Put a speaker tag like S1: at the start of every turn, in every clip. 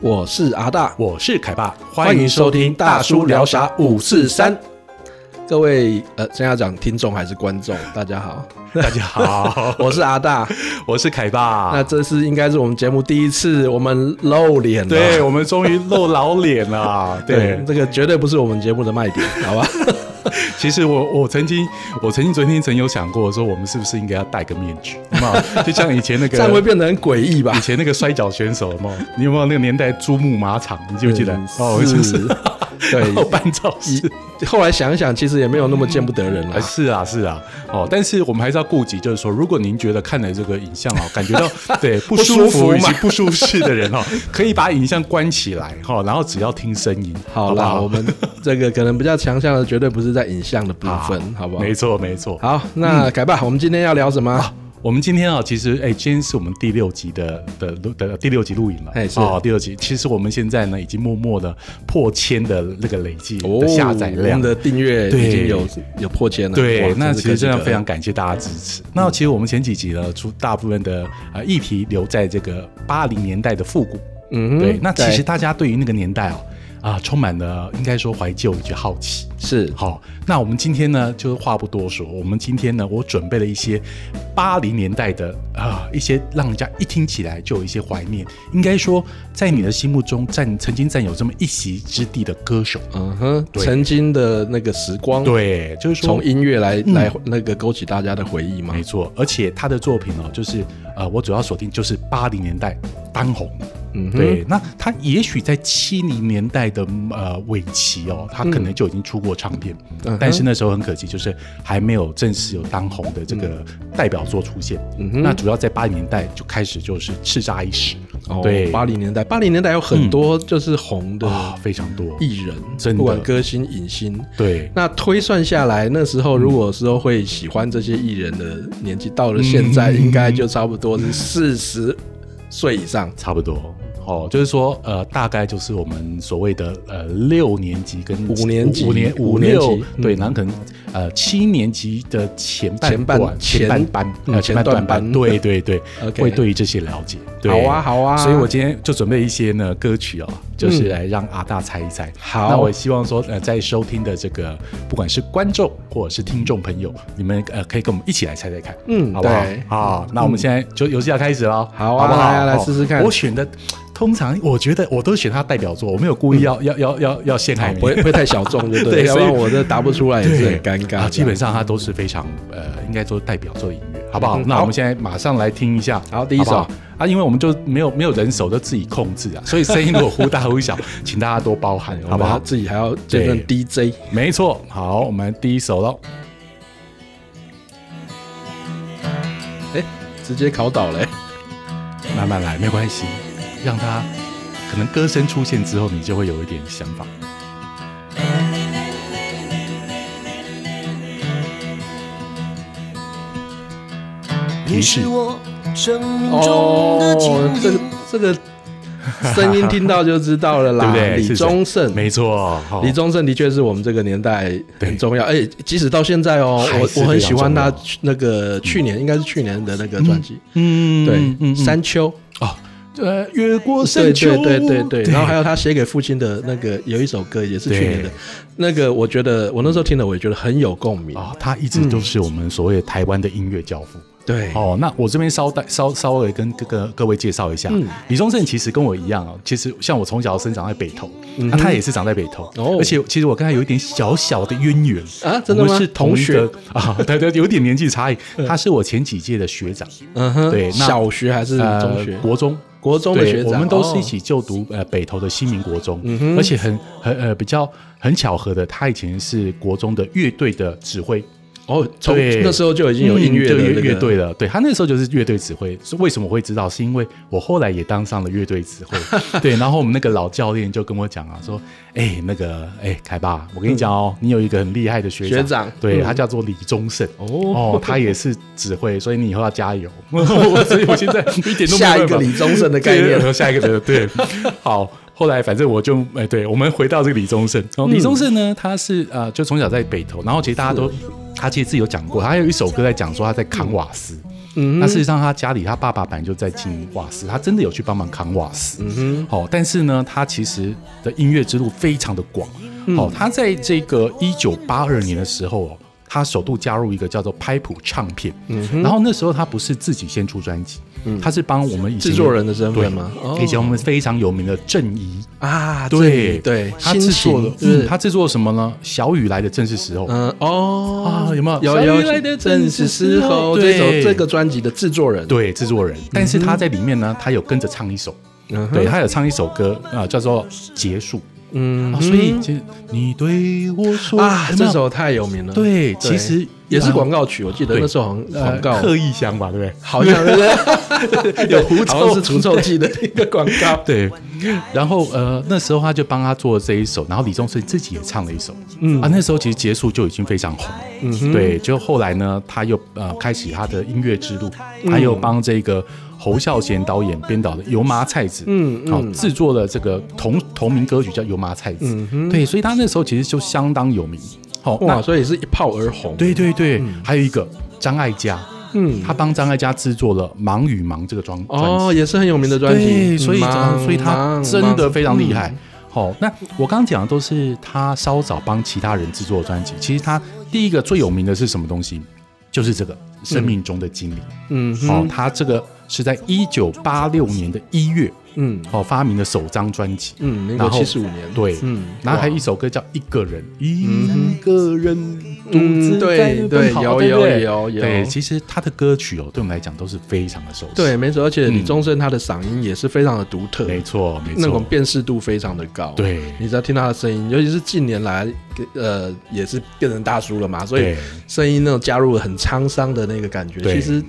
S1: 我是阿大，
S2: 我是凯爸，
S1: 欢迎收听《大叔聊侠五四三》。各位呃，真要讲听众还是观众，大家 好，
S2: 大家好，
S1: 我是阿大，
S2: 我是凯爸。
S1: 那这是应该是我们节目第一次我们露脸了，
S2: 对我们终于露老脸 了。对，
S1: 这个绝对不是我们节目的卖点，好 吧？
S2: 其实我我曾经我曾经昨天曾有想过说，我们是不是应该要戴个面具？有没 有就像以前那个，
S1: 这样会变得很诡异吧
S2: 以？前那个摔跤选手，有没有？你有没有那个年代珠穆马场？你记不记得
S1: 嗯？
S2: 哦，
S1: 是
S2: 就是
S1: 对
S2: 后半造势。
S1: 后来想一想，其实也没有那么见不得人了
S2: 啊，。是啊，是啊，哦，但是我们还是要顾及，就是说，如果您觉得看了这个影 像哦，感觉到对不
S1: 不舒
S2: 舒服
S1: 服
S2: 以及
S1: 嘛
S2: 不舒适的人 哦，可以把影像关起来哈、哦，然后只要听声音，
S1: 好
S2: 不
S1: 啦，
S2: 好
S1: 我们这个可能比较强项的，绝对不是在影像的部分，好不好？
S2: 啊没嗯错，没错。
S1: 好，那改吧，我们今天要聊什么？
S2: 我们今天啊，其实哎、今天是我们第六集的的录的第六集录影了，
S1: 哎是
S2: 哦，第六集。其实我们现在呢，已经默默的破千的那个累计的下载
S1: 哦我
S2: 量。
S1: 们的订阅已
S2: 对
S1: 经有有破千了。
S2: 对
S1: 哇，
S2: 那
S1: 是可
S2: 其实
S1: 喜
S2: 真的
S1: 可
S2: 非常感谢大家支持。那其实我们前几集呢，出大部分的呃议题留在这个八零年代的复古。
S1: 嗯哼
S2: 对，那其实
S1: 对
S2: 大家对于那个年代哦，啊、充满了应该说怀旧以及好奇。
S1: 是
S2: 好，那我们今天呢，就是话不多说，我们今天呢，我准备了一些八零年代的啊、一些让人家一听起来就有一些怀念，应该说在你的心目中占曾经占有这么一席之地的歌手。
S1: 嗯哼，
S2: 对
S1: 曾经的那个时光，，
S2: 对，就是说
S1: 从。音乐来来那个勾起大家的回忆嘛
S2: 没。错，而且他的作品哦，就是呃，我主要锁定就是八零年代当红的，
S1: 嗯哼，
S2: 对，那他也许在七零年代的呃尾期哦，他可能就已经出过唱片，
S1: 嗯哼
S2: 但是那时候很可惜，就是还没有正式有当红的这个代表作出现。
S1: 嗯哼
S2: 那主要在八零年代就开始就是叱咤一时，
S1: 哦，
S2: 对
S1: 八零年代，八零年代有很多就是红的
S2: 啊、非常多。
S1: 艺人，
S2: 真的
S1: 不管歌星、影星。
S2: 对，
S1: 那推算下来，那时候如果说会喜欢这些艺人的年纪，到了现在
S2: 嗯
S1: 应该就差不多是四十岁以上。
S2: 差不多。哦，就是说，呃，大概就是我们所谓的呃六年级跟
S1: 五年级
S2: 五年
S1: 五
S2: 五
S1: 年级
S2: 六
S1: 嗯
S2: 对，然后可能呃七年级的前半
S1: 前半
S2: 段
S1: 前
S2: 前半班
S1: 嗯前
S2: 呃前半
S1: 段
S2: 段
S1: 班
S2: 班，对对对
S1: OK
S2: 会对于这些了解。对
S1: 好啊好啊嗯
S2: 所以我今天就准备一些呢歌曲哦，就是来让阿大猜一猜。
S1: 好
S2: 那我希望说呃在收听的这个不管是观众或者是听众朋友，你们呃可以跟我们一起来猜猜看，
S1: 嗯
S2: 好不好
S1: 对？嗯
S2: 好，那我们现在就游戏要开始喽，
S1: 好啊
S2: 不好？
S1: 来啊来
S2: 哦
S1: 试试看
S2: 我选的通常我觉得我都选他代表作，我没有故意要、要要要要陷害你。
S1: 哦不会不会太小众，对不对？
S2: 哎对
S1: 要不然
S2: 所以
S1: 我这答不出来也是很尴尬这
S2: 啊
S1: 样。
S2: 基本上它都是非常呃，应该说代表作的音乐，好不好？
S1: 嗯
S2: 那
S1: 好
S2: 我们现在马上来听一下，
S1: 好第一首
S2: 不好啊，因为我们就没有没有人手，都自己控制啊，所以声音如果忽大忽小，请大家多包涵，好
S1: 好
S2: 不
S1: 吧，
S2: 好？
S1: 自己还要兼任 DJ，
S2: 没错，好，我们第一首喽。
S1: 哎，直接考倒哎嘞。
S2: 慢慢来，没关系，让他可能歌声出现之后，你就会有一点想法。提
S3: 你
S2: 示
S3: 是我生命中的精
S1: 哦这个
S3: 灵，
S1: 这个声音听到就知道了
S2: 对
S1: 啦。
S2: 不对？
S1: 李
S2: 是谁
S1: 宗盛，
S2: 没错，哦好
S1: 李宗盛的确是我们这个年代很重要，哎，即使到现在哦，
S2: 还是
S1: 我我很
S2: 非常
S1: 喜欢
S2: 重要
S1: 他那个去年应该是去年的那个专辑，
S2: 嗯嗯
S1: 对，
S2: 嗯
S1: 山丘，
S2: 哦，呃，越过
S1: 对
S2: 山丘，
S1: 对对对哦对，然后还有他写给父亲的那个有一首歌也是去年的
S2: 对，
S1: 那个我觉得我那时候听了我也觉得很有共鸣，
S2: 哦，他一
S1: 嗯
S2: 直都是我们所谓的台湾的音乐教父。
S1: 对，
S2: 哦，那我这边稍带稍稍微跟各个各位介绍一下，
S1: 嗯
S2: 李宗盛其实跟我一样哦，其实像我从小生长在北投，那、他也是长在北投，
S1: 嗯哦
S2: 而且其实我跟他有一点小小的渊源
S1: 啊真的吗
S2: 我们是同一个
S1: 同
S2: 啊，对对，有点年纪差异，他是我前几届的学长，
S1: 嗯哼，
S2: 对那
S1: 小学还是中学
S2: 呃、？国中。
S1: 国中的
S2: 对，
S1: 学长，
S2: 我们都
S1: 哦嗯
S2: 是一起就读、呃北投的新民国中，而且很很呃比较很巧合的，他以前是国中的乐队的指挥，
S1: 哦，从
S2: 对
S1: 那时候就已经有音乐的
S2: 嗯
S1: 那
S2: 对
S1: 个
S2: 乐乐队了。对他那时候就是乐队指挥，是为什么我会知道？是因为我后来也当上了乐队指 挥。对，然后我们那个老教练就跟我讲啊，说：“哎、那个哎，凯爸，我跟你讲哦，你有一个很厉害的学
S1: 学长
S2: 对
S1: 嗯
S2: 他叫做李宗盛
S1: 哦
S2: 哦，他也是指挥，所以你以后要加 油。我所以我现在一点都没有
S1: 下一
S2: 办
S1: 个
S2: 法
S1: 李宗盛的概念
S2: 对，下一个的对，好。后来反正我就哎，对我们回到这个李宗盛。哦，李宗盛呢，他是呃，
S1: 嗯
S2: 就从小在北投，然后其实大家都他其实自己有讲过，他有一首歌在讲说他在扛瓦斯。
S1: 嗯哼
S2: 那事实上，他家里他爸爸本来就在进瓦斯，他真的有去帮忙扛瓦斯。
S1: 嗯
S2: 好、但是呢，他其实的音乐之路非常的广。好、
S1: 嗯
S2: 他在这个一九八二年的时候哦，他首度加入一个叫做拍谱唱片。
S1: 嗯
S2: 然后那时候他不是自己先出专辑，他是帮我们以前
S1: 制作人的身份哦
S2: 对
S1: 吗
S2: 以前我们非常有名的郑怡。
S1: 哼啊，
S2: 对
S1: 对，
S2: 他
S1: 新
S2: 制作
S1: 型
S2: 了，
S1: 是不是
S2: 嗯他制作了什么呢？小雨来的正是时候。
S1: 嗯哦
S2: 啊有没有
S1: 有
S2: 小雨
S1: 有
S2: 来的
S1: 正
S2: 正
S1: 是
S2: 是
S1: 时
S2: 时
S1: 候
S2: 候
S1: 这首
S2: 对
S1: 这个专辑的制作人，
S2: 对，制作人，但是他在里面呢，他有跟着唱一首，
S1: 嗯哼
S2: 对他有唱一首歌啊、呃叫做《结束》
S1: 嗯
S2: 啊，
S1: 哼
S2: 所以其实你对我说
S1: 啊，
S2: 有没
S1: 这
S2: 有
S1: 首太有名了，
S2: 对其实
S1: 也是
S2: 呃
S1: 广告曲，我记得
S2: 对
S1: 那时候好像
S2: 呃
S1: 广告
S2: 贺意香吧，对不对？
S1: 好像对不 对？ 有狐
S2: 臭
S1: 是除臭剂的一个广告，
S2: 对，然后呃，那时候他就帮他做了这一首，然后李宗盛自己也唱了一首，
S1: 嗯
S2: 啊，那时候其实结束就已经非常红，
S1: 嗯哼
S2: 对，就后来呢，他又呃开启他的音乐之路，
S1: 嗯
S2: 他又帮这个侯孝贤导演编导的《油麻菜籽》，
S1: 嗯嗯
S2: 好、制作了这个同同名歌曲叫《油麻菜籽》，
S1: 嗯
S2: 对，所以他那时候其实就相当有名，好、
S1: 哇，
S2: 那
S1: 所以是一炮而红，
S2: 对对对，还有一个张艾嘉，
S1: 嗯，
S2: 他帮张艾嘉制作了《忙与忙》这个专专辑。
S1: 哦，也是很有名的专辑，
S2: 对，所以
S1: 忙
S2: 所以他
S1: 忙
S2: 真的非常厉
S1: 嗯
S2: 害。好、那我刚刚讲的都是他稍早帮其他人制作的专辑。其实他第一个最有名的是什么东西？就是这个《生命中的精灵》
S1: 嗯哼
S2: 哦，他这个是在一九八六年的一月
S1: 嗯
S2: 哦发明的首张专辑。
S1: 嗯，民国
S2: 然后
S1: 七十五年，
S2: 对，
S1: 嗯
S2: 然后还有一首歌叫《一个人》，一个人独
S1: 嗯
S2: 自在
S1: 对对
S2: 奔跑，
S1: 有
S2: 对不对
S1: 有有有
S2: 对，其实他的歌曲哦，对我们来讲都是非常的熟悉。
S1: 对，，没错，而且李宗盛他的嗓音也是非常的独特，
S2: 嗯没错，没错，
S1: 那种辨识度非常的高。
S2: 对
S1: 你只要听他的声音，尤其是近年来，呃，也是变成大叔了嘛，所以
S2: 对
S1: 声音那种加入了很沧桑的那个感觉，
S2: 对
S1: 其实。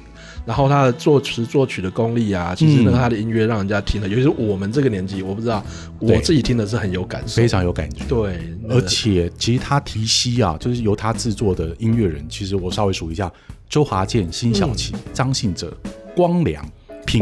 S1: 然后他的作词作曲的功力啊，其实呢，
S2: 嗯
S1: 他的音乐让人家听了，尤其是我们这个年纪，我不知道我
S2: 对
S1: 自己听的是很有感受，
S2: 嗯非常有感觉。
S1: 对，那
S2: 而
S1: 个
S2: 且其实他提西啊，就是由他制作的音乐人，其实我稍微数一下：周华健、辛晓琪、张信哲、光良、品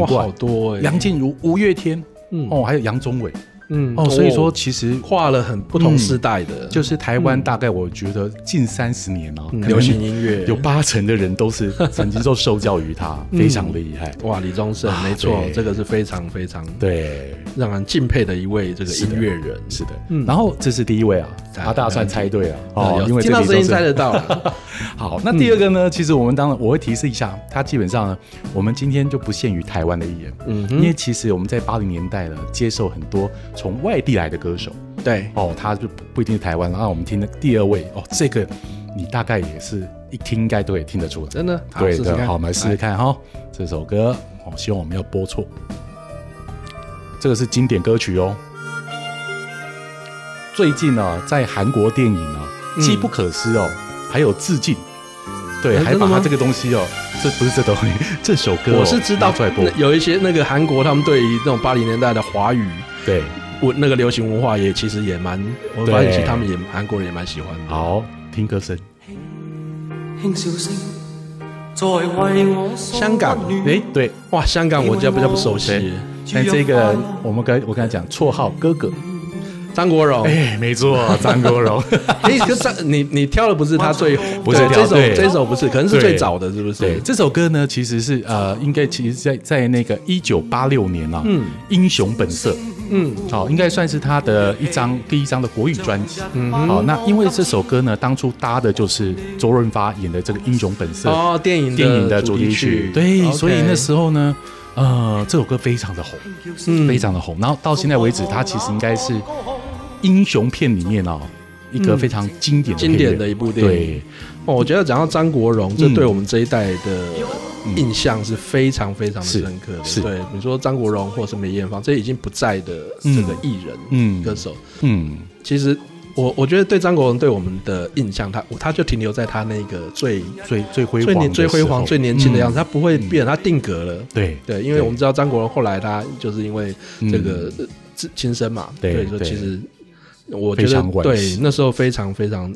S1: 嗯哇，
S2: 冠
S1: 好、多哎、
S2: 梁静茹、吴月天，
S1: 嗯
S2: 哦，还有杨宗纬，
S1: 嗯
S2: 哦，所以说其实
S1: 跨了很不同世代的，
S2: 就是台湾大概我觉得近三十年啊，可能
S1: 流行音乐
S2: 有八成的人都是曾经受受教于他，
S1: 嗯
S2: 非常厉害。
S1: 哇，李宗盛，没错，
S2: 啊对
S1: 这个是非常非常
S2: 对，
S1: 让人敬佩的一位这个
S2: 是
S1: 音
S2: 的
S1: 乐人。
S2: 是的
S1: 嗯。
S2: 然后这是第一位啊，
S1: 哎
S2: 啊，大家算猜对了
S1: 呃
S2: 哦
S1: 有，
S2: 因为
S1: 听
S2: 这
S1: 到
S2: 里
S1: 声音
S2: 都是
S1: 猜得到了，
S2: 好，那第二个呢？其实我们当然我会提示一下，它基本上呢，我们今天就不限于台湾的艺人，
S1: 嗯
S2: 因
S1: 哼，
S2: 为其实我们在八零年代呢，接受很多从外地来的歌手
S1: 对，
S2: 哦，他就不不一定是台湾。然啊后我们听的第二位哦，这个你大概也是一听应该都也听得出来，
S1: 真的，好
S2: 对
S1: 试试
S2: 的。
S1: 看
S2: 好，我们来试试看哈、这首歌哦，希望我没有播错。这个是经典歌曲哦。最近呢、在韩国电影呢、
S1: 嗯
S2: 机不可失》哦，还有致敬，对，
S1: 哎
S2: 还
S1: 真的
S2: 把
S1: 吗
S2: 它这个东西哦，这不是这东西， 这首歌、哦、
S1: 我是知道
S2: 拿出来播
S1: 那，有一些那个韩国，他们对于那种八零年代的华语
S2: 对，
S1: 文那个流行文化也其实也蛮，我
S2: 对
S1: 发现其实他们也韩国人也蛮喜欢的。
S2: 好，听歌声，
S3: 轻笑聲，在為我送
S1: 香港
S3: 温暖
S2: 哎，对，
S1: 哇，香港我就比较不熟
S2: 对
S1: 悉，，
S2: 但这个我们刚我刚才讲绰号哥哥，
S1: 张国荣，
S2: 哎，没错，张国 荣。
S1: 哎， 可是张你你挑的不是他最，
S2: 不是
S1: 对这
S2: 挑对
S1: 首这首不是，可能是最
S2: 对
S1: 早的，是不
S2: 对，
S1: 是？
S2: 这首歌呢，其实是呃，应该其实在在那个一九八六年啊，嗯，《英雄本色》
S1: 嗯，
S2: 好、应该算是他的一张第一张的国语专辑。嗯，好、那因为这首歌呢，当初搭的就是周润发演的这个《英雄本色》
S1: 哦，电影
S2: 电影的
S1: 主
S2: 主题
S1: 曲
S2: 曲，，对，所以那
S1: 是。
S2: 时候呢，呃，这首歌非常的红，
S1: 嗯
S2: 非常的红。然后到现在为止，它其实应该是英雄片里面啊、一个非常经典的
S1: 经典
S2: 片
S1: 的
S2: 段
S1: 一部电影
S2: 对。
S1: 哦，我觉得讲到张国荣，这
S2: 嗯
S1: 对我们这一代的印象是非常非常的
S2: 是
S1: 深刻的。
S2: 是
S1: 对，你说张国荣或是梅艳芳，这已经不在的这个艺人、
S2: 嗯
S1: 歌手，
S2: 嗯，
S1: 其实我我觉得对张国荣对我们的印象，他他就停留在他那个最
S2: 最最辉
S1: 最
S2: 煌的
S1: 年
S2: 时候、
S1: 最辉煌、最年轻的样子，
S2: 嗯
S1: 他不会变，他定格了。
S2: 对嗯
S1: 对，因为我们知道张国荣后来他就是因为这个呃自轻生嘛，
S2: 对
S1: 所以说
S2: 对
S1: 其实我觉
S2: 非
S1: 得
S2: 常惋
S1: 对
S2: 惜
S1: 那时候非常非常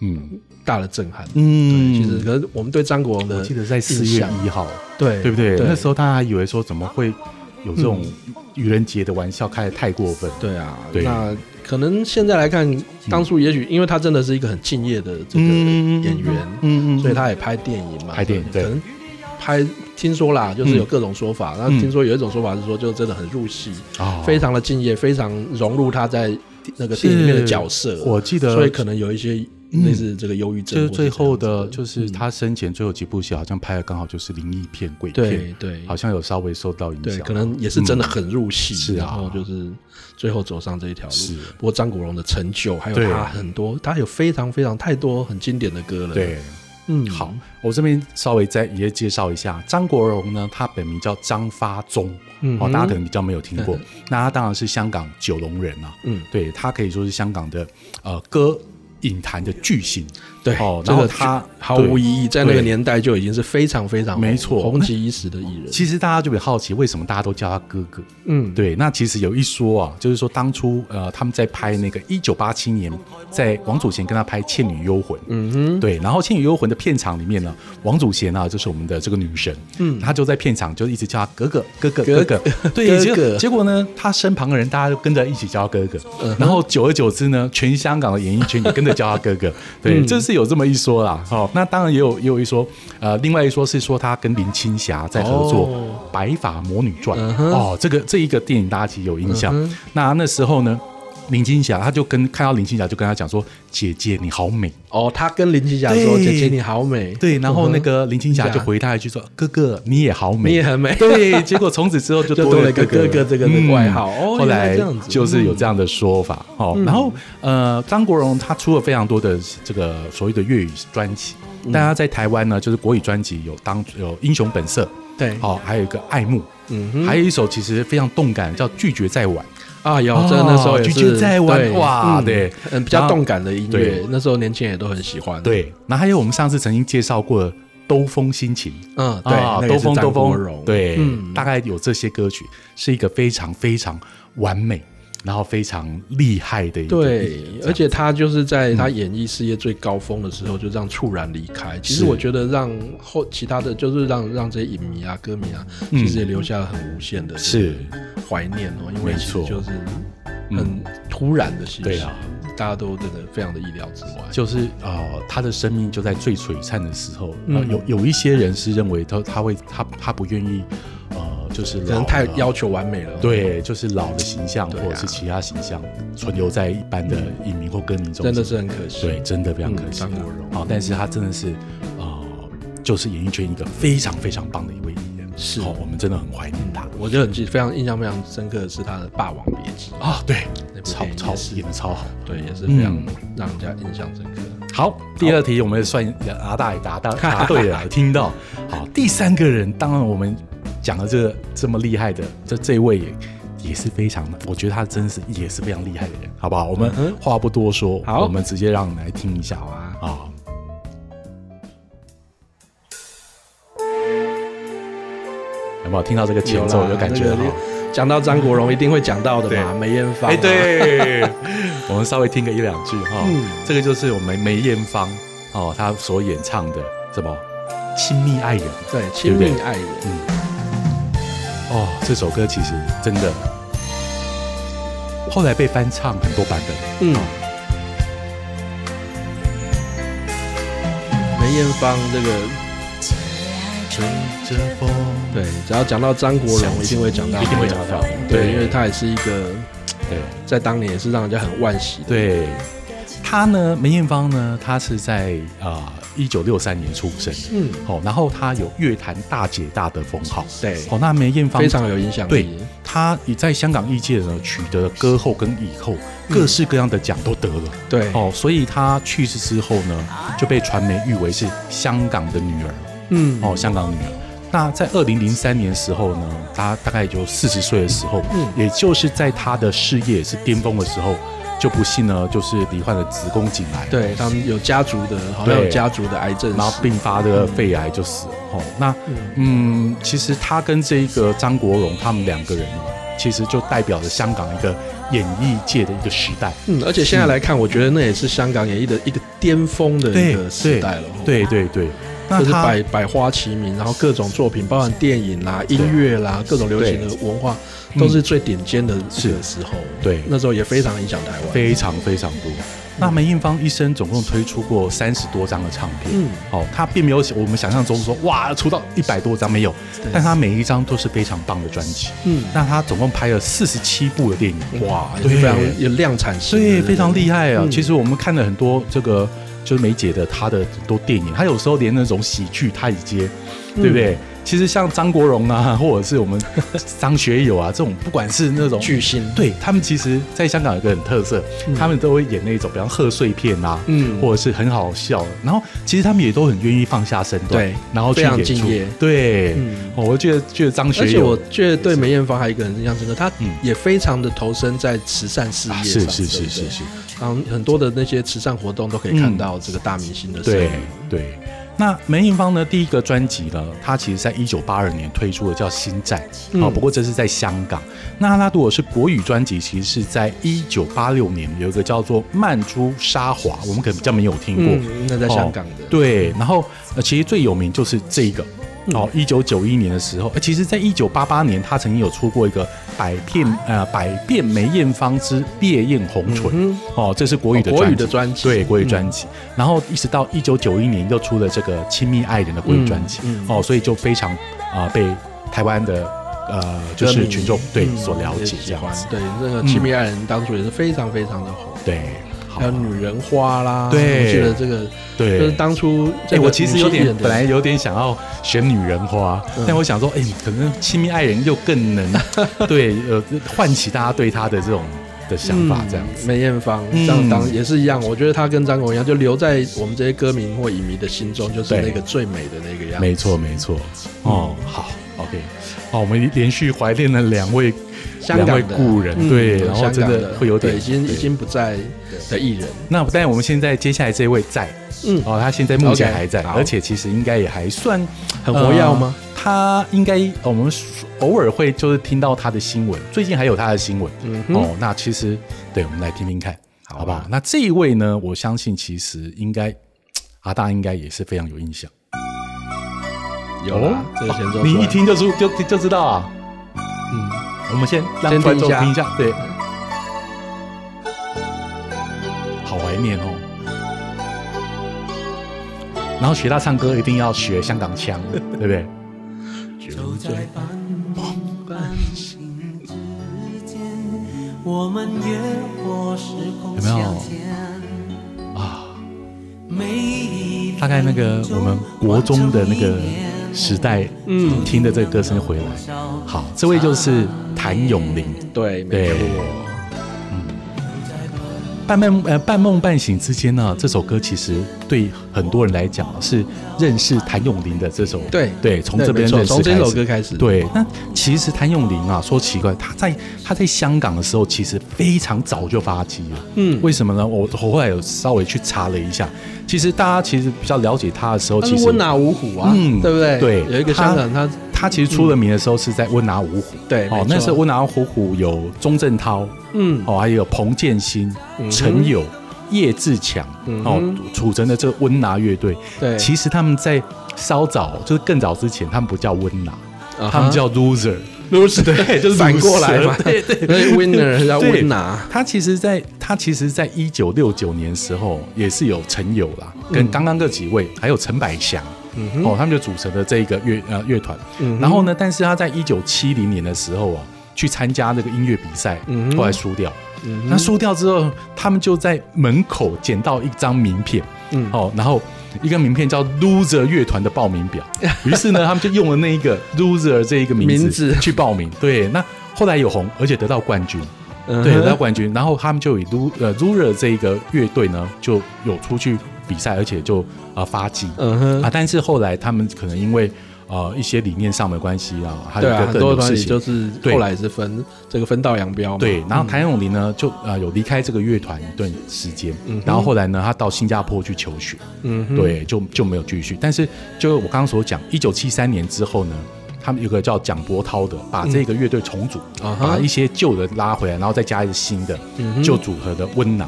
S2: 嗯
S1: 大的震撼。
S2: 嗯，
S1: 对，其实可是我们对张国荣的
S2: 我记得在四
S1: 印
S2: 月
S1: 象
S2: 一号，
S1: 对
S2: 对不对？嗯那时
S1: 候
S2: 候大家还以为说怎么会有这种愚人节的玩笑开的太过分，
S1: 对啊，
S2: 对
S1: 那可能现在来看，当初也许因为他真的是一个很敬业的这个
S2: 嗯
S1: 演员，
S2: 嗯嗯
S1: 所以他也拍电影嘛，
S2: 拍电影
S1: 可
S2: 对
S1: 能。还听说啦，就是有各种说法。那、
S2: 嗯
S1: 听说有一种说法是说，就真的很入戏，
S2: 啊
S1: 非常的敬业，非常融入他在那个电影里面的角色。
S2: 我记得
S1: 所以可能有一些类似这个忧郁症
S2: 就
S1: 或
S2: 是
S1: 者
S2: 最后
S1: 这样
S2: 的，
S1: 子
S2: 就是他生前最后几部戏，好像拍的刚好就是灵异片、鬼
S1: 对
S2: 片，
S1: 对
S2: 好像有稍微受到影
S1: 对，
S2: 响。啊
S1: 可能也是真的很入戏，
S2: 是
S1: 然
S2: 啊
S1: 后就是最后走上这一条路。
S2: 是
S1: 不过张国荣的成就，还有
S2: 对
S1: 他很多，他有非常非常太多很经典的歌了。，
S2: 对。
S1: 嗯，
S2: 好，，我这边稍微再也介绍一下张国荣呢，他本名叫张发宗，
S1: 嗯
S2: 哦，
S1: 哼
S2: 大家可能比较没有听过。那他当然是香港九龙人啊，
S1: 嗯，
S2: 对他可以说是香港的呃歌影坛的巨星，
S1: 对，
S2: 哦，
S1: 这
S2: 然后
S1: 个
S2: 他
S1: 毫无
S2: 对
S1: 意义，在那个
S2: 对
S1: 年代就已经是非常非常
S2: 没错
S1: 红极一时的艺 人。
S2: 其实大家就比较好奇，为什么大家都叫他哥哥？
S1: 嗯，
S2: 对，那其实有一说啊，就是说当初呃他们在拍那个一九八七年，在王祖贤跟他拍《倩女幽魂》，
S1: 嗯哼，
S2: 对，然后《倩女幽魂》的片场里面呢，王祖贤啊就是我们的这个女神，嗯，她就在片场就一直叫她哥哥哥哥哥哥， 对，
S1: 哥
S2: 结果
S1: 哥
S2: 结果呢，她身旁的人大家就跟着一起叫她哥哥，然后久而久之呢，全香港的演艺圈也跟着叫她哥 哥，
S1: 嗯
S2: 对，这是有这么一说啦。哦，那当然也有也有一说，呃，另外一说是说她跟林青霞在合作
S1: 哦
S2: 《白发魔女传》
S1: 嗯哼
S2: 哦，这个这一个电影大家其实有印象。
S1: 嗯
S2: 那那时候呢，林青霞她就跟看到林青霞就跟她讲说：“姐姐你好美。”
S1: 哦，他跟林青霞说：“
S2: 对
S1: 姐姐你好美。”
S2: 对，然后那个林青霞
S1: 是啊
S2: 就回他一句说：“哥哥，你也好美，
S1: 你也很美
S2: 对，结果从此之后就
S1: 就
S2: 多
S1: 多
S2: 了
S1: 了一个哥哥这个的
S2: 嗯
S1: 外号哦
S2: 后
S1: 原来
S2: 来
S1: 这样子嗯
S2: 就是有这样的说法。哦，然后呃，张国荣他出了非常多的这个所谓的粤语专辑，
S1: 嗯
S2: 大家在台湾呢，就是国语专辑有当有《英雄本色》，
S1: 对
S2: 哦，还有一个《爱慕》，
S1: 嗯哼
S2: 还有一首其实非常动感叫《拒绝再晚》。
S1: 啊，有
S2: 哦，
S1: 真的那时候也
S2: 橘
S1: 是
S2: 橘在玩
S1: 对
S2: 哇
S1: 嗯
S2: 对
S1: 嗯，比较动感的音
S2: 然
S1: 乐
S2: 后，
S1: 那时候年轻人也都很喜欢。，
S2: 对，那还有我们上次曾经介绍过的《兜风心情》。
S1: 嗯，对，
S2: 啊
S1: 那个
S2: 兜
S1: 也是
S2: 风
S1: 张
S2: 兜
S1: 国
S2: 风
S1: 荣，
S2: 对，
S1: 嗯
S2: 大概有这些歌曲，是一个非常非常完美，然后非常厉害的一个艺
S1: 对
S2: 人，
S1: 而且他就是在他演艺事业最高峰的时候，就这样猝然离开。其
S2: 嗯是
S1: 实我觉得让后其他的就是让让这些影迷啊、歌迷啊，
S2: 嗯
S1: 其实也留下了很无限的
S2: 是
S1: 怀念哦，因为
S2: 没
S1: 其实
S2: 错
S1: 就是
S2: 嗯
S1: 很突然的事
S2: 对
S1: 情
S2: 啊，
S1: 大家都真的非常的意料之外。
S2: 就是呃，他的生命就在最璀璨的时候，呃、
S1: 嗯
S2: 有有一些人是认为他他会他他不愿意，呃，就是
S1: 可
S2: 老
S1: 能太
S2: 了
S1: 要求完美了，，
S2: 对，就是老的形象、
S1: 对啊嗯
S2: 或者是其他形象存留在一般的影迷或歌迷中，
S1: 真的是很可惜。
S2: 对，真的非常可惜啊
S1: 嗯张国荣
S2: 好但是他真的是，呃，就是演艺圈一个非常非常棒的一位艺人。
S1: 是
S2: 好、我们真的很怀念他。
S1: 我就很记，非常印象非常深刻的是他的《霸王别姬》，
S2: 啊、对，
S1: 那部
S2: 超
S1: 电影
S2: 超
S1: 也是
S2: 演的超好。
S1: 对，也是非常
S2: 嗯
S1: 让人家印象深刻。
S2: 好，第二题我们算阿大也 答到答对了，听到。好，第三个人，当然我们讲了这个这么厉害的，这这一位也也是非常的，我觉得他真是也是非常厉害的人，好不好？我们
S1: 嗯哼
S2: 话不多说，
S1: 好
S2: 我们直接让你来听一下
S1: 好啊
S2: 啊。好有没有听到这个前奏
S1: 啦
S2: 有感觉
S1: 那
S2: 哈
S1: 个？讲到张国荣一定会讲到的嘛，
S2: 对
S1: 梅艳芳、啊
S2: 哎，，对， 我们稍微听个一两句哈、
S1: 嗯
S2: 这个就是我们梅艳芳哦，她所演唱的什么《亲密爱人》
S1: 对，亲
S2: 对不
S1: 密
S2: 对
S1: 爱人，
S2: 哦，这首歌其实真的后来被翻唱很多版本。
S1: 嗯，梅艳芳这个，
S2: 吹着风，
S1: 对，只要讲到张国荣，一定会讲到，
S2: 一定会讲到对
S1: 对，因为他也是一个
S2: 对
S1: 在当年也是让人家很惋惜的，
S2: 对，她呢，梅艳芳呢，她是在啊一九六三年出生，
S1: 嗯，
S2: 哦，然后她有乐坛大姐大的封号。
S1: 对，
S2: 哦，那梅艳芳
S1: 非常有影响
S2: 对
S1: 力，
S2: 他也在香港艺界呢取得了歌后跟影后各式各样的奖都得了。
S1: 对，
S2: 哦，所以他去世之后呢，就被传媒誉为是香港的女儿。
S1: 嗯，
S2: 哦，香港女儿。那在二零零三年的时候呢，她大概就四十岁的时候，
S1: 嗯
S2: 也就是在她的事业是巅峰的时候，就不幸呢就是罹患了子宫颈癌。
S1: 对他们有家族的，好像
S2: 对
S1: 有家族的癌症史，
S2: 然后并发的肺癌就死了。哦，那嗯，其实他跟这个张国荣他们两个人哦，其实就代表着香港一个演艺界的一个时代。
S1: 嗯，而且现在来看，我觉得那也是香港演艺的一个巅峰的一个时代了。哦，
S2: 对对对，那
S1: 就是
S2: 他
S1: 百百花齐鸣，然后各种作品，包含电影啦、音乐啦、各种流行的文化，
S2: 嗯
S1: 都是最顶尖的
S2: 是
S1: 这个时候。
S2: 对
S1: 那时候也非常影响台湾。
S2: 非常非常多。那梅艳芳一生总共推出过三十多张的唱片，嗯，哦，她并没有我们想象中说哇出到一百多张没有，但她每一张都是非常棒的专辑，嗯，那她总共拍了四十七部的电影，
S1: 哇，也
S2: 对
S1: 是非常有量产性，
S2: 对，非常厉害啊！其实我们看了很多这个，就是梅姐的她的很多电影，她有时候连那种喜剧她也接，对不对？其实像张国荣啊，或者是我们张学友啊这种，不管是那种
S1: 巨星
S2: 对他们其实在香港有个很特色，他们都会演那种，比方贺岁片啊，
S1: 嗯
S2: 或者是很好笑。然后其实他们也都很愿意放下身段，
S1: 对
S2: 然后去
S1: 非常
S2: 演
S1: 敬
S2: 出
S1: 业。
S2: 对，哦我觉得觉得张
S1: 而
S2: 学
S1: 且我
S2: 友
S1: 觉得对梅艳芳还有一个很印象深刻，她
S2: 嗯
S1: 也非常的投身在慈善事业上，
S2: 啊是是是
S1: 对不对
S2: 是是。
S1: 然后很多的那些慈善活动都可以看
S2: 嗯
S1: 到这个大明星的身
S2: 对
S1: 影。
S2: 对。那梅艳芳呢？第一个专辑呢，她其实在一九八二年推出的叫《星战》
S1: 嗯
S2: 哦，不过这是在香港。那她如果是国语专辑，其实是在一九八六年有一个叫做《曼珠沙华》，我们可能比较没有听过。
S1: 嗯，那在香港的，
S2: 哦对，然后呃，其实最有名就是这一个。
S1: 嗯
S2: 哦，一九九一年的时候，呃其实，在一九八八年，他曾经有出过一个《百变》呃，《百变梅艳芳之烈焰红唇》哦，这是国语的
S1: 嗯哦国语
S2: 专辑
S1: 的专辑
S2: 对国语专
S1: 嗯
S2: 辑。然后一直到一九九一年又出了这个《亲密爱人》的国语专辑、
S1: 嗯嗯
S2: 哦，所以就非常啊、呃被台湾的呃就
S1: 歌
S2: 是
S1: 迷
S2: 群众对、
S1: 嗯
S2: 所了
S1: 也
S2: 解
S1: 喜
S2: 这样
S1: 欢
S2: 子。嗯
S1: 对，那个《亲密爱人》当初也是非常非常的红，
S2: 对，
S1: 还有《女人花》啦，
S2: 对
S1: 我记得这个，
S2: 对
S1: 就是当初这
S2: 哎，
S1: 个
S2: 我其实有
S1: 女性艺
S2: 点
S1: 人的嗯
S2: 本来有点想要选女人花，但我想说，哎，可能亲密爱人又 更能对呃唤起大家对他的这种的想法，这样子。
S1: 嗯
S2: 嗯
S1: 梅艳芳这样当也是一样，我觉得她跟张国荣一样，就留在我们这些歌迷或影迷的心中，就是
S2: 对
S1: 那个最美的那个样子。
S2: 没错，没错。
S1: 嗯
S2: 哦，好，OK，好，我哦们连续怀念了两位
S1: 香
S2: 两位
S1: 港的
S2: 故人，
S1: 嗯
S2: 对，然后
S1: 香
S2: 真
S1: 港
S2: 的会有点
S1: 对已经
S2: 对
S1: 已经不在的艺人，
S2: 那但我们现在接下来这位在，
S1: 嗯
S2: 哦，他现在目前
S1: OK，
S2: 还在，
S1: 好
S2: 而且其实应该也还算很
S1: 活跃吗
S2: 他应该呃我们偶尔会就是听到他的新闻，最近还有他的新闻。
S1: 嗯哼啊
S2: 哦，那其实对，我们来听听看，好不好？那这一位呢，我相信其实应该阿大应该也是非常有印象。
S1: 嗯有啦，这个前奏出来
S2: 哦啊你一，听就出就就知道啊。
S1: 嗯，
S2: 我们先让
S1: 先
S2: 观
S1: 听
S2: 众
S1: 一下
S2: 听一下，对，好怀念哦。然后学他唱歌一定要学香 港腔，对不对？
S3: 走在斑梦半醒之间，我们越过时空
S2: 有没有
S3: 相见。
S2: 啊，
S3: 每一
S2: 大概那个我们国中的那个时代，嗯，听的这个歌声回来。
S3: 啊
S2: 好，这位就是谭咏麟，
S1: 对，没
S2: 对
S1: 错，
S2: 半梦呃嗯半梦半醒之间呢，这首歌其实对很多人来讲是认识谭咏麟的这首
S1: 对
S2: 对，从
S1: 对
S2: 这边
S1: 没错从
S2: 认识
S1: 这
S2: 开始
S1: 首歌开始
S2: 对，那其实谭咏麟啊，说奇怪，他在他在香港的时候其实非常早就发迹了。嗯，为什么呢？我我后来有稍微去查了一下，其实大家其实比较了解他的时候，
S1: 他
S2: 其
S1: 是
S2: 实嗯
S1: 温拿五虎啊，对不对？
S2: 对，
S1: 有一个香港他
S2: 他其实出了名的时候是在温拿五虎，
S1: 嗯对没
S2: 哦
S1: 错，
S2: 那时候温拿五虎有钟镇涛，
S1: 嗯
S2: 哦，还有彭建新、陈友、叶志强，哦，组成的这温拿乐队，
S1: 嗯对
S2: 其实他们在稍早，就是更早之前，他们不叫温拿
S1: 啊哈，
S2: 他们叫 loser。
S1: loser
S2: 对，就是
S1: 反过来嘛
S2: loser，对对
S1: 所以 winner 叫
S2: 对
S1: 温拿，
S2: 他其实在，他其实，在一九六九年时候，也是有陈友啦，
S1: 嗯
S2: 跟刚刚这几位，还有陈百祥，哦，他们就组成的这一个乐呃乐团。
S1: 嗯
S2: 然后呢，但是他在一九七零年的时候啊，去参加那个音乐比赛，
S1: 嗯
S2: 后来输掉。那输掉之后，他们就在门口捡到一张名片，
S1: 嗯
S2: 哦，然后一个名片叫 Loser 乐团的报名 表，于是呢，他们就用了那一个 Loser 这一个名
S1: 名
S2: 字
S1: 字
S2: 去报名。对，那后来有红，而且得到冠军。
S1: 嗯哼
S2: 对，得到冠军。然后他们就以 Lu 呃 Lura 这一个乐队呢，就有出去比赛，而且就呃发迹。
S1: 嗯哼
S2: 啊，但是后来他们可能因为呃一些理念上的关系啊，还有
S1: 对
S2: 一
S1: 啊，
S2: 个
S1: 很
S2: 更
S1: 多
S2: 多
S1: 团
S2: 事
S1: 体
S2: 情，
S1: 就是
S2: 对
S1: 后来是分这个分道扬镳嘛。
S2: 对，然后谭咏麟呢，就呃有离开这个乐团一段时间，然后后来呢，他到新加坡去求学，
S1: 嗯哼，
S2: 对，就就没有继续。但是就我刚刚所讲，一九七三年之后呢，他们有个叫蒋伯涛的，把这个乐队重组，
S1: 嗯啊哈嗯
S2: 把一些旧的拉回来，然后再加一个新的，就组合的温拿。